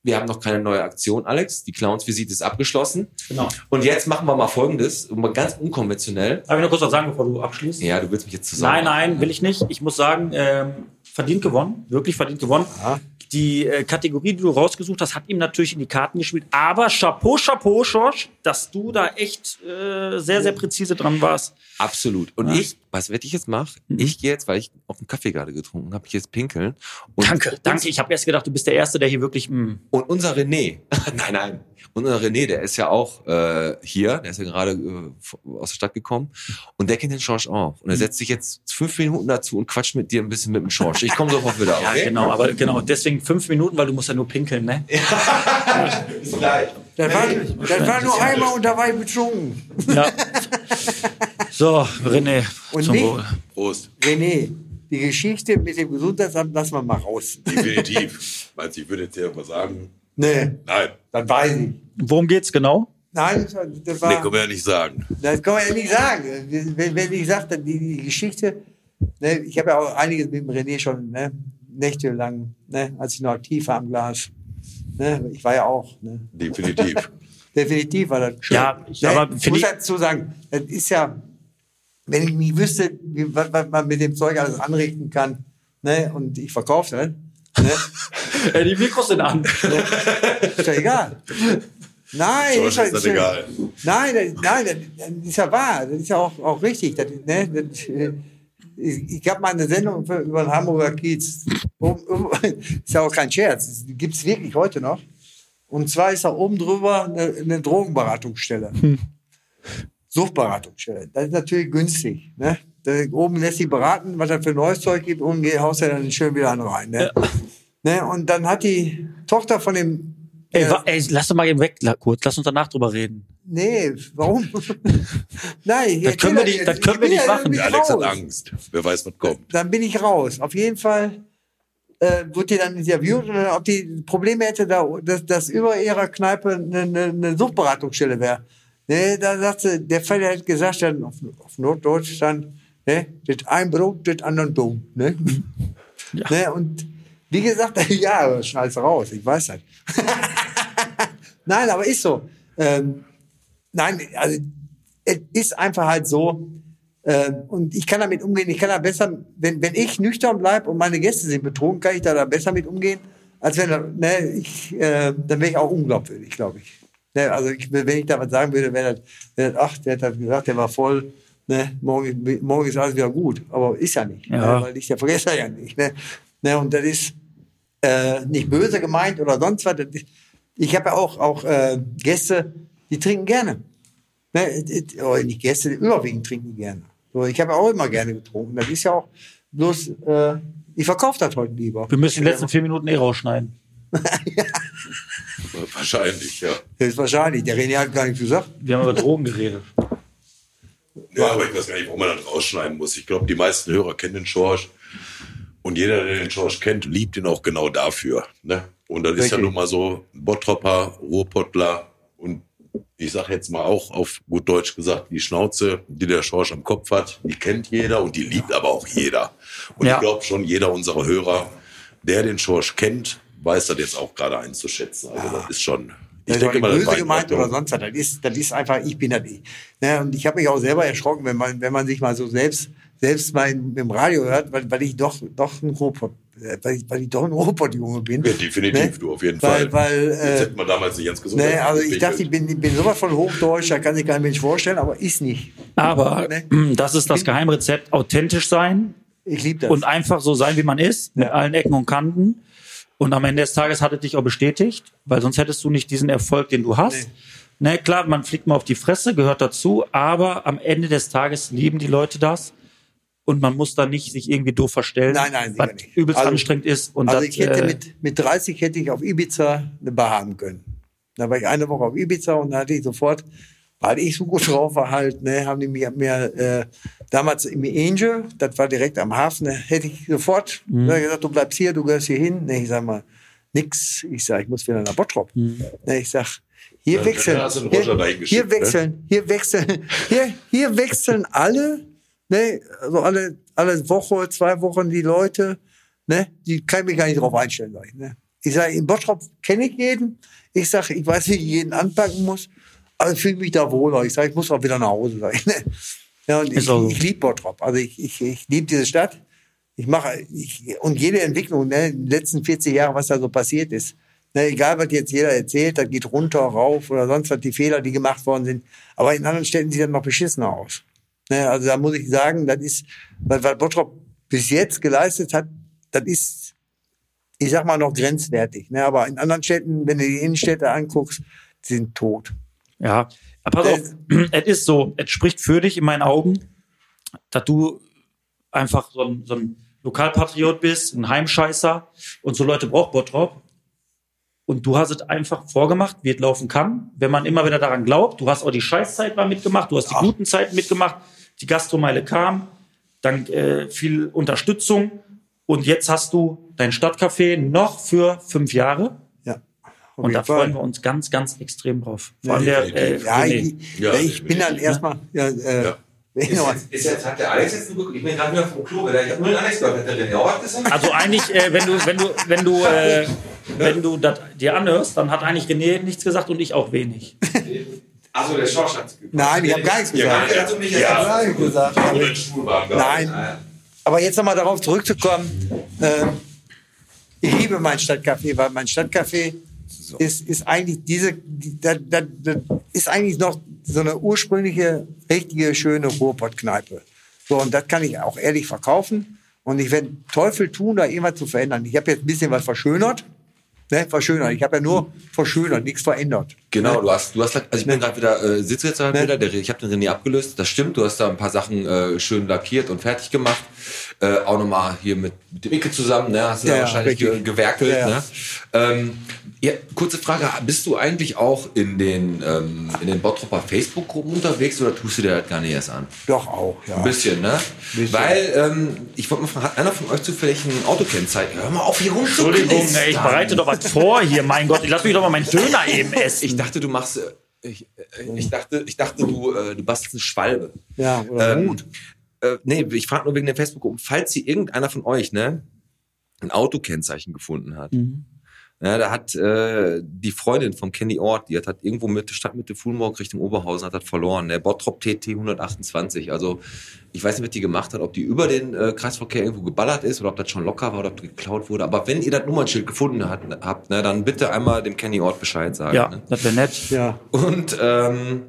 wir haben noch keine neue Aktion, Alex. Die Clowns-Visite ist abgeschlossen.
Genau.
Und jetzt machen wir mal Folgendes, um mal ganz unkonventionell.
Darf ich nur kurz was sagen, bevor du abschließt?
Ja, du willst mich jetzt zusammen.
Nein, nein, will ich nicht. Ich muss sagen, ähm, verdient gewonnen, wirklich verdient gewonnen.
Ja.
Die äh, Kategorie, die du rausgesucht hast, hat ihm natürlich in die Karten gespielt. Aber Chapeau, Chapeau, Schorsch, dass du da echt äh, sehr, sehr präzise dran warst.
Absolut. Und
Ja. Mhm.
ich, was werde ich jetzt machen? Ich gehe jetzt, weil ich auf dem Kaffee gerade getrunken habe, ich jetzt pinkeln. Und,
danke, danke. Ich habe erst gedacht, du bist der Erste, der hier wirklich. hm, Mh.
Und unser René, nein, nein, unser René, der ist ja auch äh, hier, der ist ja gerade äh, aus der Stadt gekommen und der kennt den Schorsch auch.
Mhm.
Und er setzt sich jetzt fünf Minuten dazu und quatscht mit dir ein bisschen mit dem Schorsch. Ich komme sofort wieder,
Ja,
okay?
genau, aber genau. Deswegen fünf Minuten, weil du musst ja nur pinkeln, ne?
Bis gleich.
Das war, das war nur einmal und da war ich betrunken.
Ja. So, René.
Und
zum
nicht?
Wohl.
Prost.
René, die Geschichte mit dem Gesundheitsamt lassen wir mal raus.
Definitiv. Meinst du, ich würde jetzt hier was sagen?
Nee,
Nein.
dann weiß ich.
Worum geht's genau?
Nein, das
Nee,
war,
können wir ja nicht sagen.
das kann man ja nicht sagen. Wenn, wenn ich sage, die, die Geschichte, ne, ich habe ja auch einiges mit dem René schon ne, nächtelang, ne, als ich noch aktiv war am Glas. Ne, ich war ja auch. Ne.
Definitiv.
Definitiv war das schön.
Ja, ich-
Ne,
aber
ich
für
muss
die-
dazu sagen, das ist ja, wenn ich nicht wüsste, wie, was, was man mit dem Zeug alles anrichten kann, ne, und ich verkaufe das, ne,
Äh, die Mikros sind an.
ist ja egal. Nein,
George,
ist, ja-
ist das
ja-
egal.
Nein, das, nein, das, das ist ja wahr. Das ist ja auch, auch richtig. Das, ne, das, äh, ich ich habe mal eine Sendung für, über den Hamburger Kiez. Um, um, ist ja auch kein Scherz. Gibt es wirklich heute noch. Und zwar ist da oben drüber eine, eine Drogenberatungsstelle.
Hm.
Suchtberatungsstelle. Das ist natürlich günstig. Ne? Da oben lässt sich beraten, was da für neues Zeug gibt. Unten geht- haust du dann schön wieder einen rein. Ne? Ne? Und dann hat die Tochter von dem äh,
Ey, wa- ey, lass doch mal eben weg, la- kurz. Lass uns danach drüber reden.
Nee, warum? Nein,
Das können wir nicht- das können wir nicht machen.
Der Alex hat Angst. Wer weiß, was kommt.
Dann bin ich raus. Auf jeden Fall äh, wurde die dann interviewt, und ob die Probleme hätte, da, dass, dass über ihrer Kneipe eine, eine, eine Suchtberatungsstelle wäre. Nee, da sagte der Vater hat gesagt, dann auf, auf Norddeutsch dann, ne, das ein Brot, das andere dumm. Ne? Ne, und wie gesagt, ja, schneid's raus, ich weiß halt. das. Nein, aber ist so. Ähm, nein, also es ist einfach halt so. Ähm, und ich kann damit umgehen. Ich kann da besser, wenn, wenn ich nüchtern bleibe und meine Gäste sind betrunken, kann ich da, da besser mit umgehen, als wenn da- ne, ich, äh, dann wäre ich auch unglaubwürdig, glaube ich. Ne, also ich, wenn ich da was sagen würde, wäre das, wär das, ach, der hat das gesagt, der war voll. Ne, morgen, morgen ist alles wieder gut, aber ist ja nicht,
Ja.
Ne, weil ich ja vergesse ja nicht. Ne, ne, und das ist äh, nicht böse gemeint oder sonst was. Ich habe ja auch, auch äh, Gäste, die trinken gerne. Ne, it- it- oh, nicht Gäste, überwiegend trinken die gerne. So, ich habe ja auch immer gerne getrunken. Das ist ja auch bloß, äh, ich verkaufe das heute lieber.
Wir müssen die letzten vier Minuten eh rausschneiden.
Wahrscheinlich, ja.
Das ist wahrscheinlich. Der René hat gar nichts gesagt.
Wir haben über Drogen geredet.
Ja, aber ich weiß gar nicht, warum man das rausschneiden muss. Ich glaube, die meisten Hörer kennen den Schorsch. Und jeder, der den Schorsch kennt, liebt ihn auch genau dafür. Ne? Und das ist ja
Richtig.
nun mal so Bottropper, Ruhrpottler und ich sag jetzt mal auch auf gut Deutsch gesagt, die Schnauze, die der Schorsch am Kopf hat, die kennt jeder und die liebt aber auch jeder. Und
Ja.
ich glaube schon, jeder unserer Hörer, der den Schorsch kennt, weiß das jetzt auch gerade einzuschätzen. Also das ist schon...
Ich denke mal,
war
böse
in
gemeint
Ordnung.
oder sonst was. Das ist, das ist einfach, ich bin das ich. Ne, und ich habe mich auch selber erschrocken, wenn man, wenn man sich mal so selbst, selbst mal im, im Radio hört, weil, weil ich doch, doch ein Robot, weil ich, weil ich doch ein Robotjunge bin.
Ja, definitiv,
Ne?
du, auf jeden
weil,
Fall.
Weil,
das
äh,
hätten wir damals nicht ganz gesund.
ne, also ich dachte, ich bin, ich bin sowas von Hochdeutsch, da kann sich kein Mensch vorstellen, aber ist nicht.
Aber
Ne?
mh, das ist das Geheimrezept. Authentisch sein
Ich liebe das.
und einfach so sein, wie man ist, mit allen Ecken und Kanten. Und am Ende des Tages hat es dich auch bestätigt, weil sonst hättest du nicht diesen Erfolg, den du hast. Ne, klar, man fliegt mal auf die Fresse, gehört dazu, aber am Ende des Tages lieben die Leute das. Und man muss da nicht sich irgendwie doof verstellen,
Nein, nein, sicher
was
nicht.
übelst
Also-
anstrengend ist. Und
also
das,
ich hätte
äh,
mit, mit 30 hätte ich auf Ibiza eine Bar haben können. Da war ich eine Woche auf Ibiza und da hatte ich sofort, weil ich so gut drauf war halt, ne, haben die mir, mir äh, damals im Angel, das war direkt am Hafen, ne, hätte ich sofort
Mhm.
ne, gesagt, du bleibst hier, du gehörst hier hin. Ne, ich sag mal, nix. Ich sag, ich muss wieder nach Bottrop.
Mhm.
Ne, ich sag, hier
Ja,
wechseln,
da hast du den Roger
hier,
dahin geschickt,
hier
ne?
wechseln, hier wechseln, hier, hier wechseln alle, ne, also alle, alle Woche, zwei Wochen die Leute, ne, die kann ich mich gar nicht drauf einstellen, sag ich, ne. Ich sage, in Bottrop kenne ich jeden. Ich sage, ich weiß, wie ich jeden anpacken muss. Aber ich fühle mich da wohler. Ich sage, ich muss auch wieder nach Hause sein. Ne? Ja, und
Ist
ich,
auch so.
ich liebe Bottrop. Also ich, ich, ich liebe diese Stadt. Ich mache, ich, und jede Entwicklung, ne, in den letzten 40 Jahren, was da so passiert ist, ne, egal was jetzt jeder erzählt, das geht runter, rauf oder sonst was, die Fehler, die gemacht worden sind. Aber in anderen Städten sieht das noch beschissener aus. Ne, also da muss ich sagen, das ist, was, was Bottrop bis jetzt geleistet hat, das ist ich sag mal noch grenzwertig. Ne? Aber in anderen Städten, wenn du die Innenstädte anguckst, die sind tot.
Ja, aber pass auf, es ist so, es spricht für dich in meinen Augen, dass du einfach so ein, so ein Lokalpatriot bist, ein Heimscheißer und so Leute braucht Bottrop. Und du hast es einfach vorgemacht, wie es laufen kann, wenn man immer wieder daran glaubt. Du hast auch die Scheißzeit mal mitgemacht, du hast die guten Zeiten mitgemacht, die Gastromeile kam, dank äh, viel Unterstützung. Und jetzt hast du dein Stadtcafé noch für fünf Jahre.
Ja. auf
Und
jeden
da
Fall.
freuen wir uns ganz, ganz extrem drauf. Vor allem
Ja,
der, äh,
Ja,
René.
ich,
Ja,
ich bin dann
definitiv.
erstmal. Ja, äh,
Ja.
wenn ich
Ist,
noch mal-
jetzt- ist jetzt, hat der Alex jetzt nur, ich bin gerade wieder vom Klo, wieder. ich habe nur den Alex gehört, hat der René auch was gesagt?
Also eigentlich, äh, wenn du, wenn du, wenn du, äh, wenn du das dir anhörst, dann hat eigentlich René nichts gesagt und ich auch wenig.
Achso, Also der Schorsch hat
Nein, ich hab gar nichts gesagt.
Ja, gar nichts.
Ja,
Ja,
hab ich gesagt.
ja. Nur den Stuhlwagen, glaub ich.
Nein.
Ah,
Aber jetzt nochmal darauf zurückzukommen. ähm, ich liebe mein Stadtcafé, weil mein Stadtcafé ist, ist eigentlich diese, die- da, da, da ist eigentlich noch so eine ursprüngliche, richtige, schöne Ruhrpott-Kneipe. So, und das kann ich auch ehrlich verkaufen. Und ich werde Teufel tun, da irgendwas zu verändern. Ich habe jetzt ein bisschen was verschönert. Ne, verschönert. Ich habe ja nur verschönert, nichts verändert.
Genau, du hast, du hast, also ich bin
Ne?
gerade wieder, äh, sitze jetzt halt wieder, der, ich habe den René abgelöst, das stimmt, du hast da ein paar Sachen äh, schön lackiert und fertig gemacht, äh, auch nochmal hier mit, mit dem Icke zusammen, ne, hast du
Ja,
da wahrscheinlich ge
richtig.
gewerkelt,
Ja, ja.
ne? Ähm, ja, kurze Frage, bist du eigentlich auch in den, ähm, in den Bottropper Facebook-Gruppen unterwegs oder tust du dir halt gar nicht erst an?
Doch auch, ja.
Ein bisschen, ne? Weil, ähm, ich wollte mal fragen, hat einer von euch zufällig ein Autokennzeichen? Hör mal auf, hier rumzuknistern.
Entschuldigung, ey, ich bereite doch was vor hier. Mein Gott, ich lass mich doch mal meinen Döner eben essen.
Ich dachte, du machst. äh, Ich, äh, ich dachte, ich dachte du, äh, du bastelst eine Schwalbe.
Ja, oder
Ähm,
Mut.
Äh, nee, ich frage nur wegen der facebook um falls hier irgendeiner von euch ne, ein Autokennzeichen gefunden hat. Ja, da hat äh, die Freundin vom Kenny Ort, die hat, hat irgendwo Mitte, Stadtmitte Fulmorg Richtung Oberhausen hat, hat verloren. Der Bottrop TT 128. Also ich weiß nicht, was die gemacht hat, ob die über den äh, Kreisverkehr irgendwo geballert ist oder ob das schon locker war oder ob das geklaut wurde. Aber wenn ihr das Nummernschild gefunden hat, habt, ne, dann bitte einmal dem Kenny Ort Bescheid sagen.
Ja,
Ne?
das wäre nett.
Ja.
Und ähm,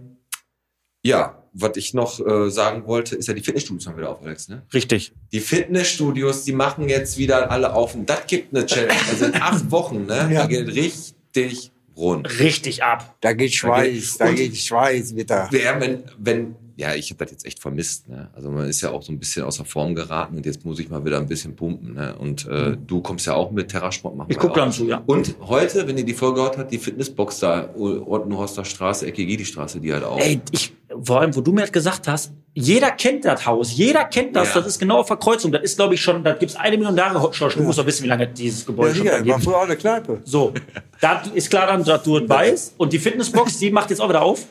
ja, was ich noch äh, sagen wollte, ist ja die Fitnessstudios haben wieder auf, Alex, ne?
Richtig.
Die Fitnessstudios, die machen jetzt wieder alle auf und das gibt eine Challenge. Also in acht Wochen, ne?
Ja.
Da geht richtig rund.
Richtig ab.
Da geht Schweiß, da
Und-
geht Schweiß wieder.
Ja, wenn, wenn, ja, ich habe das jetzt echt vermisst. Ne? Also man ist ja auch so ein bisschen außer Form geraten und jetzt muss ich mal wieder ein bisschen pumpen. Ne? Und äh, du kommst ja auch mit Terrasport machen.
Ich
wir
guck
auch.
dann zu, ja.
Und heute, wenn ihr die Folge gehört habt, die Fitnessbox da, Ortenhorster Straße, Ecke Gidi Straße, die halt auch.
Ey, ich, vor allem, wo du mir das gesagt hast, jeder kennt das Haus, jeder kennt das,
Ja.
das ist genau auf der Kreuzung. Das ist, glaube ich, schon, das gibt's eine Million Jahre. Schorsch, du musst doch wissen, wie lange dieses Gebäude
Ja,
schon
sicher,
da
war
gibt.
früher auch eine Kneipe.
So, da ist klar dann, dass du es weißt. Und die Fitnessbox, die macht jetzt auch wieder auf.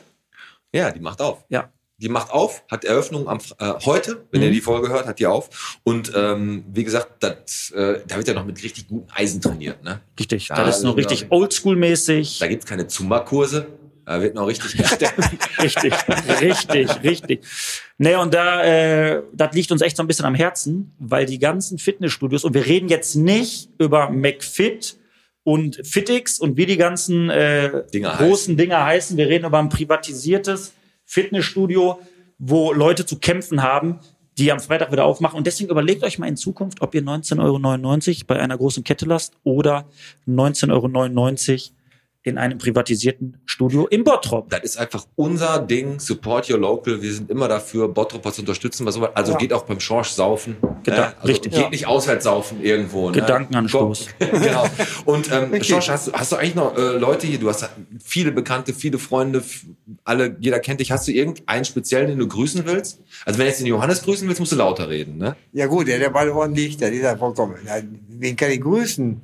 Ja, die macht auf.
Ja.
Die macht auf, hat Eröffnung am, Fr- äh, heute, wenn ihr die Folge hört, hat die auf. Und ähm, wie gesagt, das, äh, da wird ja noch mit richtig guten Eisen trainiert. Ne?
Richtig,
Ja,
das ist
also,
noch richtig
glaub
oldschool-mäßig.
Da gibt's keine Zumba-Kurse, da wird noch richtig gestärkt.
Richtig, richtig, richtig. Nee, und da, äh, das liegt uns echt so ein bisschen am Herzen, weil die ganzen Fitnessstudios, und wir reden jetzt nicht über McFit und Fitix und wie die ganzen äh,
Dinger
großen Dinger heißen, wir reden über ein privatisiertes Fitnessstudio, wo Leute zu kämpfen haben, die am Freitag wieder aufmachen. Und deswegen überlegt euch mal in Zukunft, ob ihr 19,99 Euro bei einer großen Kette lasst oder 19,99 Euro in einem privatisierten Studio in Bottrop.
das ist einfach unser Ding. Support your local. Wir sind immer dafür, Bottroper zu unterstützen. Was sowas. Also
Ja.
geht auch beim Schorsch saufen.
Gedan-
also
richtig.
Geht
Ja.
nicht auswärts saufen irgendwo. Ne?
Gedankenanstoß.
genau. Und ähm,
Richtig.
Schorsch, hast, du- hast du eigentlich noch äh, Leute hier? Du hast viele Bekannte, viele Freunde, f- alle, jeder kennt dich. Hast du irgendeinen speziellen, den du grüßen willst? Also wenn du jetzt den Johannes grüßen willst, musst du lauter reden, ne?
Ja gut, der, der bei den Ohren liegt, der ist ja vollkommen. Ja, wen kann ich grüßen?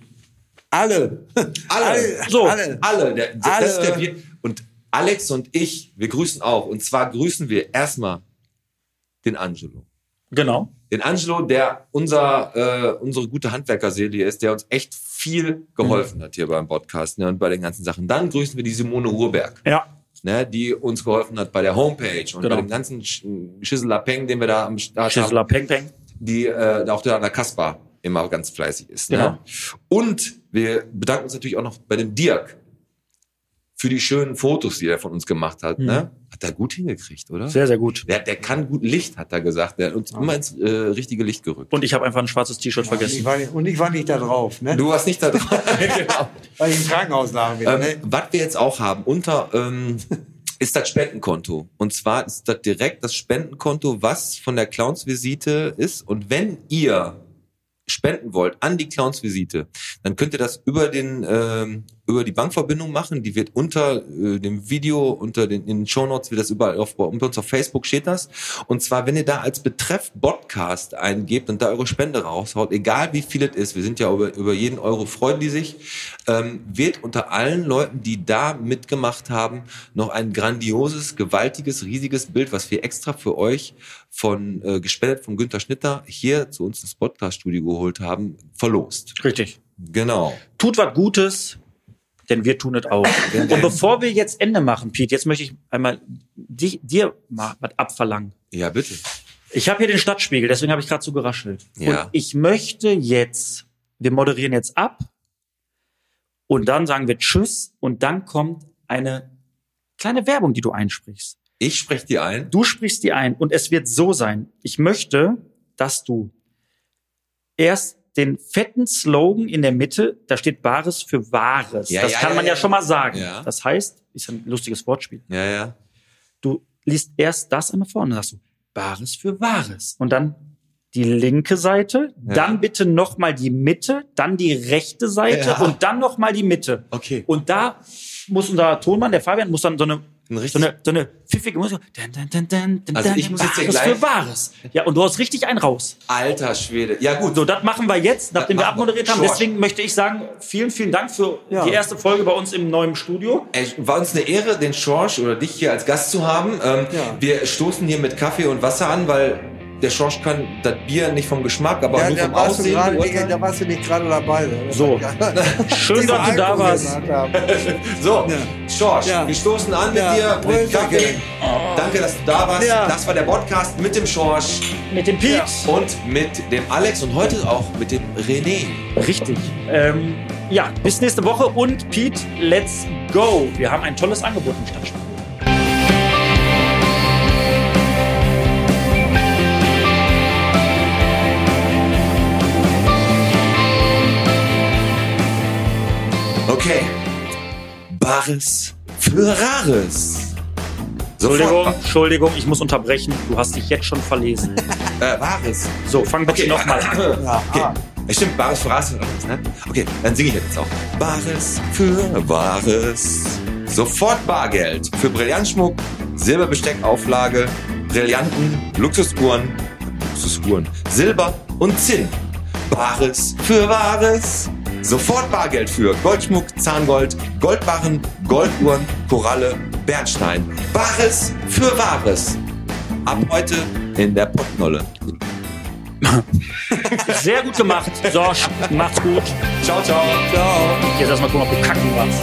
Alle. Alle.
So.
Alle.
Alle. Der, das
Alle.
Ist der, wir, und Alex und ich, wir grüßen auch. Und zwar grüßen wir erstmal den Angelo.
Genau.
den Angelo, der unser, äh, unsere gute Handwerkerseele hier ist, der uns echt viel geholfen
Mhm.
hat hier beim Podcast ne, und bei den ganzen Sachen. Dann grüßen wir die Simone Ruhrberg,
Ja.
ne, die uns geholfen hat bei der Homepage und
Genau.
bei dem ganzen Sch Schissela Peng, den wir da am Start
Schissler,
haben.
Peng Peng.
die äh, auch da an der Kaspar immer ganz fleißig ist. Ne?
Genau.
Und wir bedanken uns natürlich auch noch bei dem Dirk für die schönen Fotos, die er von uns gemacht hat. Ne? Hat er gut hingekriegt, oder?
Mhm. Sehr, sehr gut.
Der, der kann gut Licht, hat er gesagt. Der hat uns immer ins äh, richtige Licht gerückt.
Und ich habe einfach ein schwarzes T-Shirt
Ich
vergessen.
war nicht, und ich war nicht da drauf, ne?
Du warst nicht da dran. genau.
Weil ich im Krankenhaus lag wieder,
Ähm,
ne?
Was wir jetzt auch haben unter ähm, ist das Spendenkonto. Und zwar ist das direkt das Spendenkonto, was von der Clownsvisite ist. Und wenn ihr spenden wollt an die Clownsvisite, dann könnt ihr das über den ähm, über die Bankverbindung machen. Die wird unter äh, dem Video, unter den, in den Shownotes, wird das überall auf, bei uns auf Facebook steht das. Und zwar, wenn ihr da als Betreff Podcast eingebt und da eure Spende raushaut, egal wie viel es ist, wir sind ja über, über jeden Euro freuen die sich, ähm, wird unter allen Leuten, die da mitgemacht haben, noch ein grandioses, gewaltiges, riesiges Bild, was wir extra für euch von äh, gespendet von Günther Schnitter hier zu uns ins Podcast-Studio geholt haben, verlost.
Richtig.
Genau.
Tut was Gutes, denn wir tun es auch. Und bevor wir jetzt Ende machen, Piet, jetzt möchte ich einmal dich, dir mal was abverlangen.
Ja, bitte.
Ich habe hier den Stadtspiegel, deswegen habe ich gerade so geraschelt.
Ja.
Und ich möchte jetzt, wir moderieren jetzt ab und dann sagen wir Tschüss und dann kommt eine kleine Werbung, die du einsprichst.
Ich spreche dir ein.
Du sprichst die ein und es wird so sein. Ich möchte, dass du erst den fetten Slogan in der Mitte, da steht Bares für Wahres.
Ja,
das
ja,
kann
ja,
man ja,
ja.
schon mal sagen.
Ja.
Das heißt, ist ein lustiges Wortspiel.
Ja, ja.
Du liest erst das einmal vor und dann sagst du Bares für Wahres. Und dann die linke Seite,
Ja.
dann bitte nochmal die Mitte, dann die rechte Seite
Ja.
und dann nochmal die Mitte.
Okay.
Und da muss unser Tonmann, der Fabian, muss dann so eine
Ein
so
richtig
eine, so eine pfiffige Musik. Dun, dun, dun, dun, dun,
Also
dun,
ich muss jetzt hier
Wahres
gleich-
für Wahres. Ja, und du hast richtig einen raus.
alter Schwede. Ja, gut.
So, das machen wir jetzt, nachdem wir
machen wir.
abmoderiert haben.
Sure.
Deswegen möchte ich sagen, vielen, vielen Dank für
Ja.
die erste Folge bei uns im neuen Studio.
Ey, war uns eine Ehre, den Schorsch oder dich hier als Gast zu haben. Ähm,
Ja.
Wir stoßen hier mit Kaffee und Wasser an, weil der Schorsch kann das Bier nicht vom Geschmack, aber
Ja,
nur
da
vom
warst, du
Aussehen
gerade,
beurteilen.
da warst du nicht gerade dabei. ne?
So. Schön, dass du da warst.
So, Schorsch,
Ja.
wir stoßen an mit dir,
Ja.
mit
Brötchen.
Kaffee. Danke, dass du da warst.
Ja.
Das war der Podcast mit dem Schorsch
Mit dem Piet.
und mit dem Alex und heute auch mit dem René.
Richtig. Ähm, ja, bis nächste Woche und Piet, let's go. Wir haben ein tolles Angebot im Stadtspiel.
Okay. Bares für Rares. Sofort.
Entschuldigung, Entschuldigung, ich muss unterbrechen. Du hast dich jetzt schon verlesen.
Äh, Bares.
So, fang bitte nochmal an.
Okay. Ja, stimmt, Bares für Rares. und alles, Ne? Okay, dann singe ich jetzt auch. Bares für Wahres. Sofort Bargeld für Brillantschmuck, Silberbesteckauflage, Brillanten, Luxusuhren, Luxusuhren, Silber und Zinn. Bares für Wahres. Sofort Bargeld für Goldschmuck, Zahngold, Goldbarren, Golduhren, Koralle, Bernstein. Bares für Wahres. Ab heute in der Pottnolle.
Sehr gut gemacht. So, macht's gut.
Ciao, ciao. Ciao.
Jetzt erstmal gucken, ob du kacken warst.